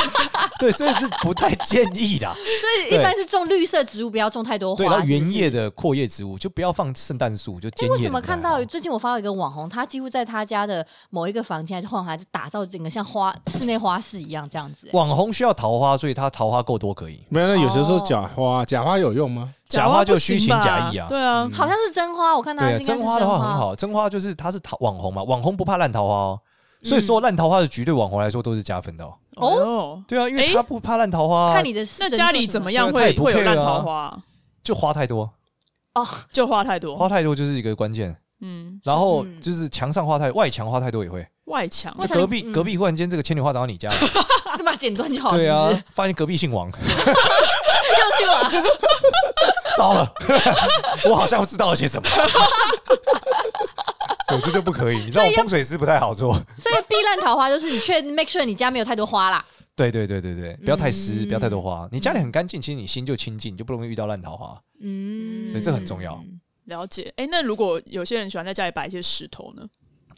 Speaker 3: 对，所以是不太建议
Speaker 4: <laughs>
Speaker 3: 啦。
Speaker 4: 所以
Speaker 3: 对
Speaker 4: 一般是种绿色植物，不要种太多花。
Speaker 3: 对，然后
Speaker 4: 是不
Speaker 3: 原
Speaker 4: 是
Speaker 3: 叶。的阔叶植物就不要放圣诞树，就
Speaker 4: 哎，
Speaker 3: 尖叶的哦
Speaker 4: 我
Speaker 3: 不太好。
Speaker 4: 怎么看到最近我发到一个网红，他几乎在他家的某一个房间还是后还是打造整个像花室内花室一样这样子。哎
Speaker 3: 网红需要桃花，所以他桃花够多可以。
Speaker 5: 没有，那有些时候
Speaker 4: 哦
Speaker 5: 假花，假花有用吗？
Speaker 3: 假花就
Speaker 1: 不行
Speaker 3: 虚情
Speaker 1: 吧
Speaker 3: 假意啊
Speaker 1: 对啊，
Speaker 4: 好像是真花，我看他
Speaker 3: 对，啊
Speaker 4: 应该
Speaker 3: 真
Speaker 4: 是
Speaker 3: 花的话很，好，真花就是它是桃网红嘛，网红不怕烂桃花哦，所以
Speaker 4: 嗯
Speaker 3: 说烂桃花的局对网红来说都是加分的哦。
Speaker 1: 哦哟，
Speaker 3: 对啊，因为
Speaker 1: 诶
Speaker 3: 他不怕烂桃花啊，
Speaker 4: 看你的
Speaker 1: 那
Speaker 4: 神
Speaker 1: 家里
Speaker 4: 做什
Speaker 1: 怎么样
Speaker 3: 对啊他
Speaker 1: 会
Speaker 3: 也不
Speaker 1: 会有
Speaker 3: care
Speaker 1: 烂
Speaker 3: 啊
Speaker 1: 桃花啊？
Speaker 3: 就花太多，
Speaker 4: 哦， <laughs>
Speaker 1: 就花太多
Speaker 3: 花，太多就是一个关键。
Speaker 1: 嗯，
Speaker 3: 然后
Speaker 4: 嗯
Speaker 3: 就是墙上花太外墙花太多也会，
Speaker 1: 外墙
Speaker 4: 外
Speaker 3: 就
Speaker 4: 墙
Speaker 3: 隔壁
Speaker 4: 嗯
Speaker 3: 隔壁忽然间这个牵牛花长到
Speaker 4: <laughs>
Speaker 3: 你家，来，
Speaker 4: 这把它剪断就好，
Speaker 3: 对
Speaker 4: 是
Speaker 3: 啊
Speaker 4: 不是？，
Speaker 3: 发现隔壁姓王，
Speaker 4: <laughs> 又去玩。
Speaker 3: <laughs> 糟了， <laughs> 我好像知道了些什么。 <laughs> 对，这就不可以，你知道我风水师不太好做。
Speaker 4: 所以避烂桃花就是你确 make sure 你家没有太多花啦。
Speaker 3: 对对对对对，不要太湿，
Speaker 4: 嗯
Speaker 3: 不要太多花。你家里很干净，其实你心就清净，你就不容易遇到烂桃花，
Speaker 4: 嗯
Speaker 3: 所以这很重要。
Speaker 1: 了解。哎，那如果有些人喜欢在家里摆一些石头呢，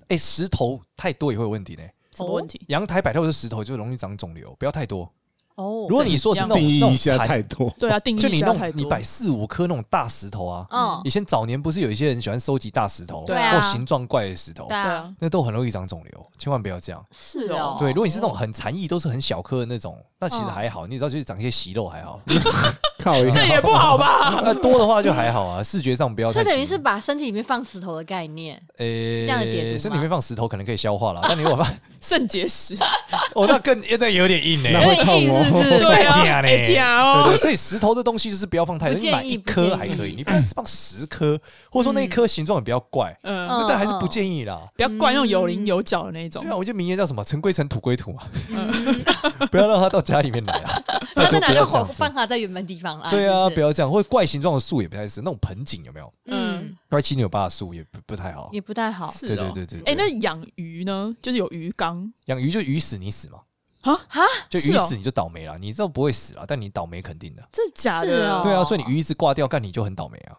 Speaker 3: 哎、石头太多也会有问题呢。
Speaker 1: 什么问题？
Speaker 3: 阳台摆太多石头就容易长肿瘤，不要太多。
Speaker 4: 哦。
Speaker 3: 如果你说是那
Speaker 1: 怎
Speaker 3: 种
Speaker 5: 定义
Speaker 3: 那
Speaker 5: 一
Speaker 3: 种
Speaker 5: 下
Speaker 3: 残，
Speaker 5: 太多，
Speaker 1: 对啊，定义
Speaker 3: 就你
Speaker 1: 一下
Speaker 3: 弄
Speaker 1: 太多
Speaker 3: 你摆四五颗那种大石头啊。
Speaker 4: 嗯，
Speaker 3: 以前早年不是有一些人喜欢收集大石头，
Speaker 1: 对
Speaker 4: 啊
Speaker 3: 或形状怪的石头
Speaker 4: 对，
Speaker 1: 对
Speaker 4: 啊，
Speaker 1: 啊，
Speaker 3: 那都很容易长肿瘤，千万不要这样。
Speaker 4: 是
Speaker 1: 哦
Speaker 4: 哦。嗯
Speaker 3: 对，如果你是那种很残异，都是很小颗的那种，那其实还好，你只要就是长一些息肉还好。 <laughs>
Speaker 5: 靠腰
Speaker 1: 这也不好吧？
Speaker 3: 那多的话就还好啊，视觉上不要
Speaker 4: 所
Speaker 3: 太
Speaker 4: 以
Speaker 3: 激烈。
Speaker 4: 等于是把身体里面放石头的概念，
Speaker 3: 呃、
Speaker 4: 是这样的解读吗
Speaker 3: 身体里面放石头可能可以消化了，但你如果
Speaker 4: <laughs>
Speaker 3: 放，
Speaker 1: 肾结石，
Speaker 3: 哦，那更那有点硬呢、
Speaker 5: 那会痛
Speaker 4: 是不
Speaker 3: <laughs>
Speaker 5: 哦。
Speaker 4: 是？
Speaker 1: 对
Speaker 3: 太
Speaker 1: 啊，
Speaker 3: 假嘞
Speaker 1: 哎假
Speaker 3: 对
Speaker 1: 哦
Speaker 3: 对，，所以石头的东西就是不要放太多，
Speaker 4: 不
Speaker 3: 你
Speaker 4: 建议
Speaker 3: 买一
Speaker 4: 不
Speaker 3: 颗
Speaker 4: 建
Speaker 3: 还
Speaker 4: 议
Speaker 3: 可以，你
Speaker 4: <laughs>
Speaker 3: 不要放十颗，或者说那一颗形状也比较怪，
Speaker 1: 嗯，
Speaker 4: 嗯
Speaker 3: 但还是不建议啦。
Speaker 1: 不要惯那种有棱有角的那种
Speaker 3: 对。啊，我觉得名言叫什么“尘归尘，土归土”嘛，
Speaker 1: 嗯
Speaker 3: <laughs> 不要让它到家里面来啊。
Speaker 4: 他在哪
Speaker 3: 拜
Speaker 4: 就
Speaker 3: 托不要
Speaker 4: 火
Speaker 3: 这样子
Speaker 4: 放它在原本地方啦。
Speaker 3: 对啊，
Speaker 4: 是
Speaker 3: 不
Speaker 4: 是
Speaker 3: 要这样，或者怪形状的树也不太是，那种盆景有没有？
Speaker 4: 嗯，
Speaker 3: 怪七扭八的树也不不太好。
Speaker 4: 也不太好。
Speaker 1: 是
Speaker 3: 对
Speaker 1: 哦
Speaker 3: 对对对对
Speaker 1: 哎，那养鱼呢？就是有鱼缸
Speaker 3: 养鱼就鱼死你死嘛，
Speaker 1: 啊？
Speaker 3: 就是鱼
Speaker 1: 哦
Speaker 3: 死你就倒霉了，你知道不会死了，但你倒霉肯定的。
Speaker 1: 这假
Speaker 4: 是
Speaker 1: 的
Speaker 4: 哦
Speaker 3: 对啊，所以你鱼一直挂掉，干你就很倒霉啊。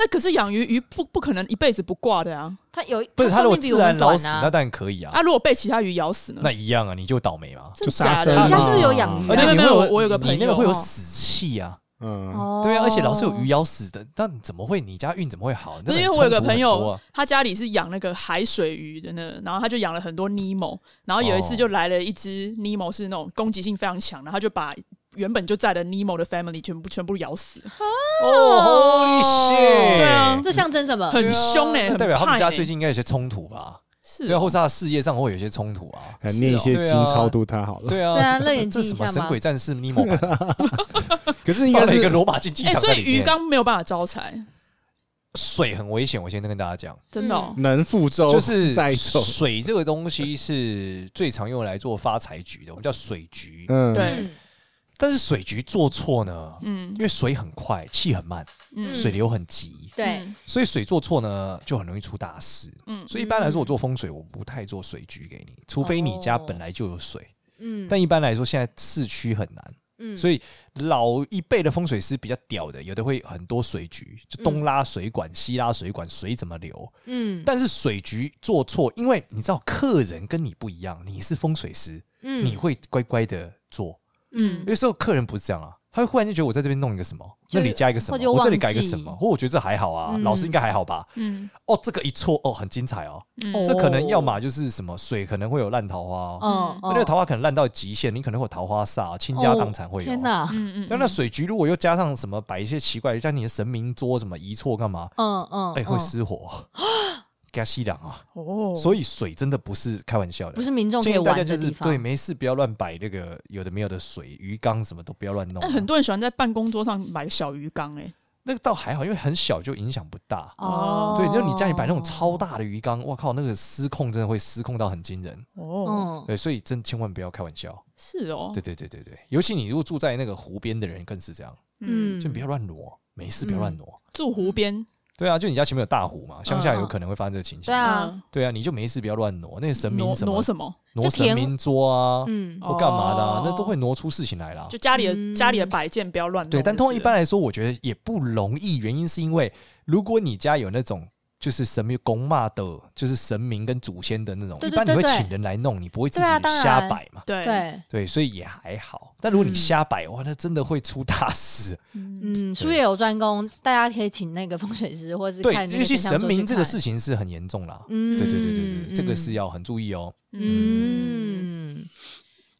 Speaker 1: 那可是养鱼，鱼不不可能一辈子不挂的啊。
Speaker 4: 它有
Speaker 3: 不是
Speaker 4: 它
Speaker 3: 他
Speaker 4: 寿
Speaker 3: 如果
Speaker 4: 命比
Speaker 3: 自
Speaker 4: 我
Speaker 3: 然
Speaker 4: 们
Speaker 3: 老
Speaker 4: 短
Speaker 3: 死，那
Speaker 4: 啊。
Speaker 3: 当然可以啊
Speaker 1: 啊，，如果被其他鱼咬死呢？
Speaker 3: 那一样啊，你就倒霉嘛。
Speaker 1: 真
Speaker 5: 就杀
Speaker 1: 假
Speaker 5: 生
Speaker 1: 的？
Speaker 5: 嘛
Speaker 4: 你家是不是有养鱼啊？
Speaker 3: 而且
Speaker 1: 嗯
Speaker 3: 你
Speaker 1: 没
Speaker 3: 会
Speaker 1: 有
Speaker 3: 有
Speaker 1: 没有我有个
Speaker 3: 你那个
Speaker 1: 朋友
Speaker 3: 会有
Speaker 1: 哦
Speaker 3: 死气啊，
Speaker 5: 嗯，
Speaker 4: 哦
Speaker 3: 对啊，而且老是有鱼咬死的，但怎么会你家运怎么会好？
Speaker 1: 不
Speaker 3: 那
Speaker 1: 是
Speaker 3: 很
Speaker 1: 因为我有个
Speaker 3: 冲突
Speaker 1: 朋
Speaker 3: 很多
Speaker 1: 友
Speaker 3: 啊，
Speaker 1: 他家里是养那个海水鱼的呢，然后他就养了很多尼莫，然后有一次
Speaker 3: 哦
Speaker 1: 就来了一只尼莫是那种攻击性非常强，然后他就把原本就在的尼莫的 family 全部全部咬死，
Speaker 3: 哦，Holy
Speaker 1: 对啊
Speaker 3: shit！
Speaker 4: 这象征什么？
Speaker 1: 很凶哎、
Speaker 3: 啊那
Speaker 1: 很
Speaker 3: 代表他们
Speaker 1: 派
Speaker 3: 家
Speaker 1: 欸
Speaker 3: 最近应该有些冲突吧？
Speaker 1: 是
Speaker 3: 对啊，
Speaker 1: 哦
Speaker 3: 或是他的事业上会有一些冲突啊。
Speaker 5: <laughs> 哎念一些
Speaker 3: 对啊
Speaker 5: 经超度他好了。
Speaker 3: 对啊，
Speaker 4: 对啊
Speaker 3: 这
Speaker 4: 乐眼
Speaker 3: 这
Speaker 4: 镜
Speaker 3: 什
Speaker 4: 一
Speaker 3: 么
Speaker 4: 下
Speaker 3: 神
Speaker 4: 嘛
Speaker 3: 鬼战士尼莫版，
Speaker 5: 可是应
Speaker 3: 放
Speaker 5: 该
Speaker 3: 了一个
Speaker 5: 是
Speaker 3: 罗马竞技
Speaker 1: 哎、
Speaker 3: 场
Speaker 1: 所
Speaker 3: 在
Speaker 1: 以
Speaker 3: 里
Speaker 1: 鱼
Speaker 3: 面。嗯
Speaker 1: 缸没有办法招财，
Speaker 3: 水很危险，我先跟大家讲，
Speaker 1: 真的、哦
Speaker 5: 能覆舟， <laughs>
Speaker 3: 就是
Speaker 5: 载舟。
Speaker 3: 水这个东西是最常用来做发财局的，我们叫水局。
Speaker 5: 嗯，
Speaker 1: 对
Speaker 4: 嗯
Speaker 3: 但是水局做错呢，
Speaker 1: 嗯
Speaker 3: 因为水很快，气很慢，
Speaker 1: 嗯
Speaker 3: 水流很急，
Speaker 4: 对，
Speaker 3: 所以水做错呢就很容易出大事。
Speaker 1: 嗯
Speaker 3: 所以一般来说，我做风水我不太做水局给你，除非你家本来就有水。
Speaker 4: 嗯，
Speaker 3: 但一般来说，现在市区很难，
Speaker 4: 嗯
Speaker 3: 所
Speaker 4: 以
Speaker 3: 以老一辈的风水师比较屌的，有的会很多水局，就东拉水管、西拉水管，水怎么流？
Speaker 4: 嗯
Speaker 3: 但是水局做错，因为你知道客人跟你不一样，你是风水师，
Speaker 4: 嗯
Speaker 3: 你会乖乖的做。
Speaker 4: 嗯
Speaker 3: 有时候客人不是这样啊，他会忽然就觉得我在这边弄一个什么，
Speaker 4: 就
Speaker 3: 那里加一个什么
Speaker 4: 或者，又
Speaker 3: 我这里
Speaker 4: 忘
Speaker 3: 改一个
Speaker 4: 记
Speaker 3: 什么，或我觉得这还好啊，
Speaker 4: 嗯
Speaker 3: 老师应该还好吧？
Speaker 1: 嗯
Speaker 3: 哦，这个一错哦，很精彩哦，
Speaker 1: 嗯
Speaker 4: 哦
Speaker 3: 这可能要么就是什么水可能会有烂桃花哦，
Speaker 4: 嗯
Speaker 3: 那个桃花可能烂到极限，你可能会有桃花煞、啊倾家荡产会有。
Speaker 4: 哦天哪，
Speaker 1: 嗯嗯，
Speaker 3: 但那水局如果又加上什么摆一些奇怪，像你的神明桌什么移错干嘛，
Speaker 4: 嗯嗯，
Speaker 3: 哎，会
Speaker 4: 嗯
Speaker 3: 失火，
Speaker 4: <gasps>
Speaker 3: 给他吸凉啊！
Speaker 1: 哦，
Speaker 3: 所以水真的不是开玩笑的，
Speaker 4: 不是民众可
Speaker 3: 建
Speaker 4: 以
Speaker 3: 议大家
Speaker 4: 玩
Speaker 3: 就
Speaker 4: 的
Speaker 3: 是
Speaker 4: 地
Speaker 3: 对，
Speaker 4: 方。
Speaker 3: 没事不要乱摆那个有的没有的水鱼缸，什么都不要乱弄啊、
Speaker 1: 那很多人喜欢在办公桌上买小鱼缸哎、
Speaker 3: 那个倒还好，因为很小就影响不大。
Speaker 1: 哦
Speaker 3: 对，就你家里摆那种超大的鱼缸，哇靠，那个失控真的会失控到很惊人。
Speaker 1: 哦，
Speaker 4: 嗯，
Speaker 3: 对，所以真千万不要开玩笑。
Speaker 1: 是哦，
Speaker 3: 对对对对对，尤其你如果住在那个湖边的人更是这样，
Speaker 1: 嗯，
Speaker 4: 嗯，
Speaker 3: 就不要乱挪，没事不要乱挪。
Speaker 1: 住湖边，
Speaker 3: 对啊，就你家前面有大湖嘛，乡下有可能会发生这个情
Speaker 4: 嗯对
Speaker 3: 形。
Speaker 4: 啊，
Speaker 3: 对啊，你就没事不要乱挪，那个神
Speaker 1: 嗯
Speaker 3: 明
Speaker 1: 挪
Speaker 3: 什
Speaker 1: 挪
Speaker 3: 么
Speaker 1: 什么？
Speaker 3: 挪
Speaker 4: 就
Speaker 3: 神
Speaker 4: 田
Speaker 3: 明桌啊，
Speaker 4: 嗯，
Speaker 3: 或干嘛的啊
Speaker 1: 哦，
Speaker 3: 那都会挪出事情来啦
Speaker 1: 就。家里的、
Speaker 4: 嗯
Speaker 1: 家里的摆件不要乱弄
Speaker 3: 对，但
Speaker 1: 就
Speaker 3: 通
Speaker 1: 是
Speaker 3: 常一般来说，我觉得也不容易。原因是因为，如果你家有那种就是神明公骂的，就是神明跟祖先的那种，
Speaker 4: 对
Speaker 3: 一
Speaker 4: 对
Speaker 3: 般你会
Speaker 4: 对对
Speaker 3: 请人来弄，你不会自己
Speaker 4: 对啊当然
Speaker 3: 瞎摆嘛。
Speaker 1: 对
Speaker 4: 对，
Speaker 3: 对，所以也还好。但如果你
Speaker 4: 嗯
Speaker 3: 瞎摆，哇，那真的会出
Speaker 4: <laughs>
Speaker 3: 大事。
Speaker 1: 嗯
Speaker 4: 嗯，术业有专攻，大家可以请那个风水师，或是
Speaker 3: 对
Speaker 4: 看，那
Speaker 3: 尤
Speaker 4: 个
Speaker 3: 其
Speaker 4: 天象
Speaker 3: 神
Speaker 4: 桌
Speaker 3: 明
Speaker 4: 去
Speaker 3: 这个
Speaker 4: 看
Speaker 3: 事情是很严重啦。
Speaker 4: 嗯，
Speaker 3: 对对对对对，这个是
Speaker 4: 嗯
Speaker 3: 要很注意哦。
Speaker 1: 嗯
Speaker 4: 嗯，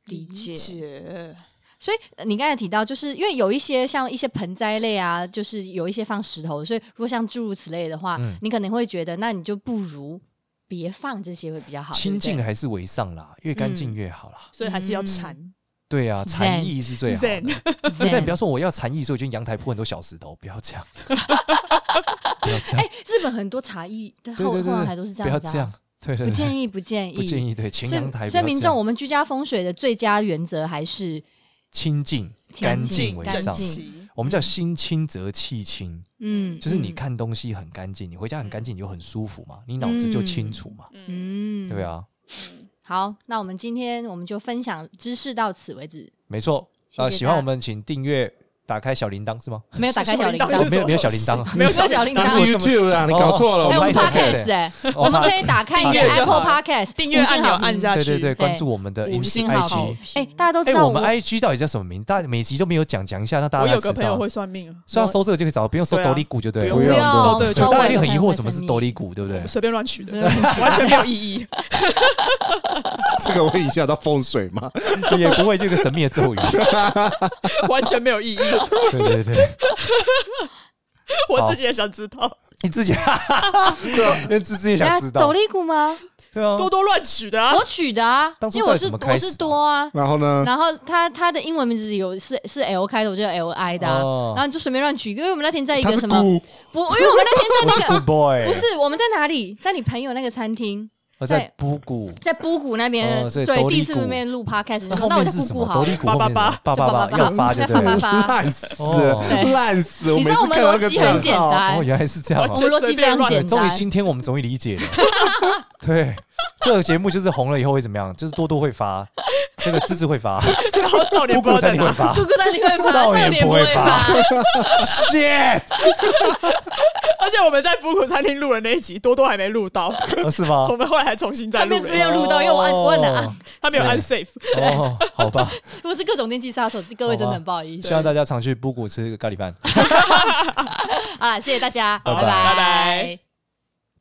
Speaker 4: 理解。
Speaker 1: 解
Speaker 4: 所以呃你刚才提到，就是因为有一些像一些盆栽类啊，就是有一些放石头，所以如果像诸如此类的话，
Speaker 3: 嗯
Speaker 4: 你可能会觉得，那你就不如别放这些会比较好，
Speaker 3: 清
Speaker 4: 对不
Speaker 3: 啊
Speaker 4: 嗯
Speaker 3: 净
Speaker 4: 对
Speaker 3: 还是为上啦，越干净
Speaker 4: 嗯
Speaker 3: 越好啦。
Speaker 1: 所以还是要缠，
Speaker 3: 对啊，禅
Speaker 4: Zen
Speaker 3: 意是最好的。所以但你不要说我要禅意，所以我就阳台铺很多小石头，不
Speaker 4: <laughs>
Speaker 3: 要这样，不要这样，
Speaker 4: 日本很多茶艺的
Speaker 3: 对
Speaker 4: 后
Speaker 3: 对对
Speaker 4: 哎后来还都
Speaker 3: 对，
Speaker 4: 是这
Speaker 3: 不要
Speaker 4: 样子、啊，
Speaker 3: 这样，对对
Speaker 4: 不
Speaker 3: 对，
Speaker 4: 建议，不建议，
Speaker 3: 不建议，对，前
Speaker 4: 所
Speaker 3: 阳台
Speaker 4: 以，
Speaker 3: 不
Speaker 4: 所以
Speaker 3: 要
Speaker 4: 民
Speaker 3: 这样
Speaker 4: 众，我们居家风水的最佳原则还是，
Speaker 3: 清净、
Speaker 4: 清
Speaker 3: 干
Speaker 4: 净
Speaker 3: 为
Speaker 4: 干
Speaker 3: 上。
Speaker 4: 净
Speaker 1: 齐
Speaker 3: 我们叫心清则气清，
Speaker 4: 嗯，
Speaker 3: 就是你
Speaker 4: 嗯，
Speaker 3: 看东西很干净，你回家很干净，你就很舒服嘛，你脑子就清楚嘛，
Speaker 1: 嗯，
Speaker 4: 嗯
Speaker 3: 对。啊，
Speaker 4: 好，那我们今天我们就分享知识到此为止，
Speaker 3: 没错。
Speaker 4: 谢
Speaker 3: 啊，
Speaker 4: 谢
Speaker 3: 喜
Speaker 4: 大
Speaker 3: 欢
Speaker 4: 家
Speaker 3: 我们请订阅，打开小铃铛
Speaker 1: <laughs>
Speaker 3: 是吗？ <laughs>
Speaker 4: 没有打开小铃
Speaker 1: 小铃铛
Speaker 3: 哦，
Speaker 4: 铛，
Speaker 3: 没有没有小铃铛啊，
Speaker 1: 没有
Speaker 4: 没有小铃
Speaker 5: 那
Speaker 4: 铛
Speaker 5: 是。YouTube 啊，你搞错了，
Speaker 4: 哎，我
Speaker 3: 哦
Speaker 4: 们
Speaker 3: 拍手拍手
Speaker 4: Podcast 哎，
Speaker 3: 哦
Speaker 4: 我们可以打开你的
Speaker 1: 订阅就
Speaker 4: Apple
Speaker 1: 好
Speaker 4: Podcast
Speaker 1: 订阅
Speaker 4: 五星
Speaker 1: 按钮
Speaker 4: 好评
Speaker 1: 按下去，
Speaker 3: 对对对，关注我们的
Speaker 1: 五
Speaker 3: Insta-
Speaker 4: 星好
Speaker 3: IG
Speaker 4: 评。哎，
Speaker 1: 大
Speaker 4: 大家都知
Speaker 3: 哎、
Speaker 4: 道
Speaker 3: 我们 IG 到底叫什么名字？大家每集都没有讲，讲一下，让大
Speaker 1: 我
Speaker 3: 家
Speaker 1: 有
Speaker 3: 知
Speaker 1: 个
Speaker 3: 道。
Speaker 1: 朋友会算命，
Speaker 3: 所
Speaker 1: 我
Speaker 3: 以他搜这个就可以找到，不用搜
Speaker 1: 对啊
Speaker 3: 斗笠股就对了。
Speaker 1: 不
Speaker 4: 不
Speaker 1: 用
Speaker 4: 用，
Speaker 1: 这个
Speaker 3: 所以
Speaker 1: 就
Speaker 3: 大
Speaker 1: 我
Speaker 3: 家
Speaker 1: 也
Speaker 3: 一定很疑惑什
Speaker 4: 什
Speaker 3: 么是斗笠股，对不对
Speaker 1: 我？随便乱取的
Speaker 4: 随便，
Speaker 1: 完全没有意义。
Speaker 5: 这个会影响到风水吗？
Speaker 3: 也不会这个神秘
Speaker 1: <laughs>
Speaker 3: 的咒语。
Speaker 1: 完全没有意义，
Speaker 3: 对对对，
Speaker 1: 我自己也想知道，
Speaker 3: 你自
Speaker 1: <laughs>
Speaker 3: 己， <laughs> 对啊，那自己也想知
Speaker 4: 斗
Speaker 3: 道，
Speaker 4: 笠股吗？
Speaker 3: 对啊，
Speaker 1: 多多乱取的啊
Speaker 4: 我，取的啊
Speaker 3: 当，初
Speaker 4: 因为
Speaker 3: 到
Speaker 4: 我
Speaker 3: 底
Speaker 4: 是
Speaker 3: 怎
Speaker 4: 我
Speaker 3: 么开始
Speaker 4: 是
Speaker 3: 的
Speaker 4: 多啊。
Speaker 5: 然后呢？
Speaker 4: 然后他他的英文名字有是是 L 开头，就是 L I 的啊，
Speaker 3: 哦
Speaker 4: 然后就随便乱取，因为我们那天在一
Speaker 5: 他
Speaker 4: 个
Speaker 5: 是
Speaker 4: 什么
Speaker 5: 菇，
Speaker 4: 不，因为我们那天在那
Speaker 3: <laughs> Good
Speaker 4: 个
Speaker 3: boy，
Speaker 4: <laughs> 不是我们在哪里，在你朋友那个餐厅，
Speaker 3: 我在布谷，
Speaker 4: 在布谷那边，
Speaker 3: 哦所以
Speaker 4: 对
Speaker 3: 斗笠
Speaker 4: 第一次
Speaker 3: 谷
Speaker 4: 那边录 podcast，就说嗯
Speaker 3: 那
Speaker 4: 那
Speaker 3: 后
Speaker 4: 我
Speaker 3: 面
Speaker 4: 就是布
Speaker 3: 什
Speaker 4: 谷
Speaker 3: 么？
Speaker 4: 好
Speaker 3: 斗
Speaker 4: 了
Speaker 3: 笠，股后面
Speaker 1: 八
Speaker 3: 八
Speaker 4: 就
Speaker 3: 八
Speaker 4: 八
Speaker 3: 八要发就对
Speaker 4: 发发
Speaker 3: 了。
Speaker 4: 发。
Speaker 5: 烂死
Speaker 3: 哦
Speaker 5: 了，烂死！我
Speaker 4: 你
Speaker 5: 每
Speaker 4: 知
Speaker 5: 次
Speaker 4: 道我们
Speaker 5: 看到那
Speaker 4: 逻
Speaker 5: 个
Speaker 4: 辑很
Speaker 5: 账
Speaker 4: 简
Speaker 5: 号，
Speaker 3: <laughs> 哦，
Speaker 4: 单，
Speaker 3: 原来是这样
Speaker 1: 我
Speaker 3: 啊
Speaker 4: 我！们逻辑非常
Speaker 1: 就随便
Speaker 4: 简
Speaker 3: <laughs> 终于
Speaker 4: 单。 <laughs>
Speaker 3: 今天我们终于理解了。 <laughs> 对，这个节目就是红了以后会怎么样？就是多多会发，这个芝芝会发，
Speaker 1: 然后少年
Speaker 3: 布
Speaker 1: 不知道
Speaker 3: 谷才
Speaker 1: 在
Speaker 3: 你会
Speaker 1: 哪，
Speaker 3: 发。哦
Speaker 4: 姑姑三你会发，
Speaker 3: 少年
Speaker 4: 少年
Speaker 3: 不
Speaker 4: 不
Speaker 3: 会
Speaker 4: 会
Speaker 3: 发
Speaker 4: 发。
Speaker 3: Shit！
Speaker 1: 而且我们在复古餐厅录的那一集，多多还没录到，
Speaker 3: 哦是
Speaker 4: <laughs>
Speaker 3: 吗
Speaker 1: 我？们后来还重新再
Speaker 4: 他
Speaker 1: 录
Speaker 4: 没
Speaker 1: 了一
Speaker 4: 有随
Speaker 1: 次，
Speaker 4: 便录到，因为我按我按了啊
Speaker 3: 哦
Speaker 4: 按，
Speaker 1: 他没有按
Speaker 3: 对
Speaker 1: safe。
Speaker 3: 哦，好吧，
Speaker 4: 如果是各种电器杀手，各位真的很不好意思
Speaker 3: 希望大家常去布谷吃咖喱饭。
Speaker 4: 好啦，谢谢大家，
Speaker 3: 拜拜
Speaker 1: 拜拜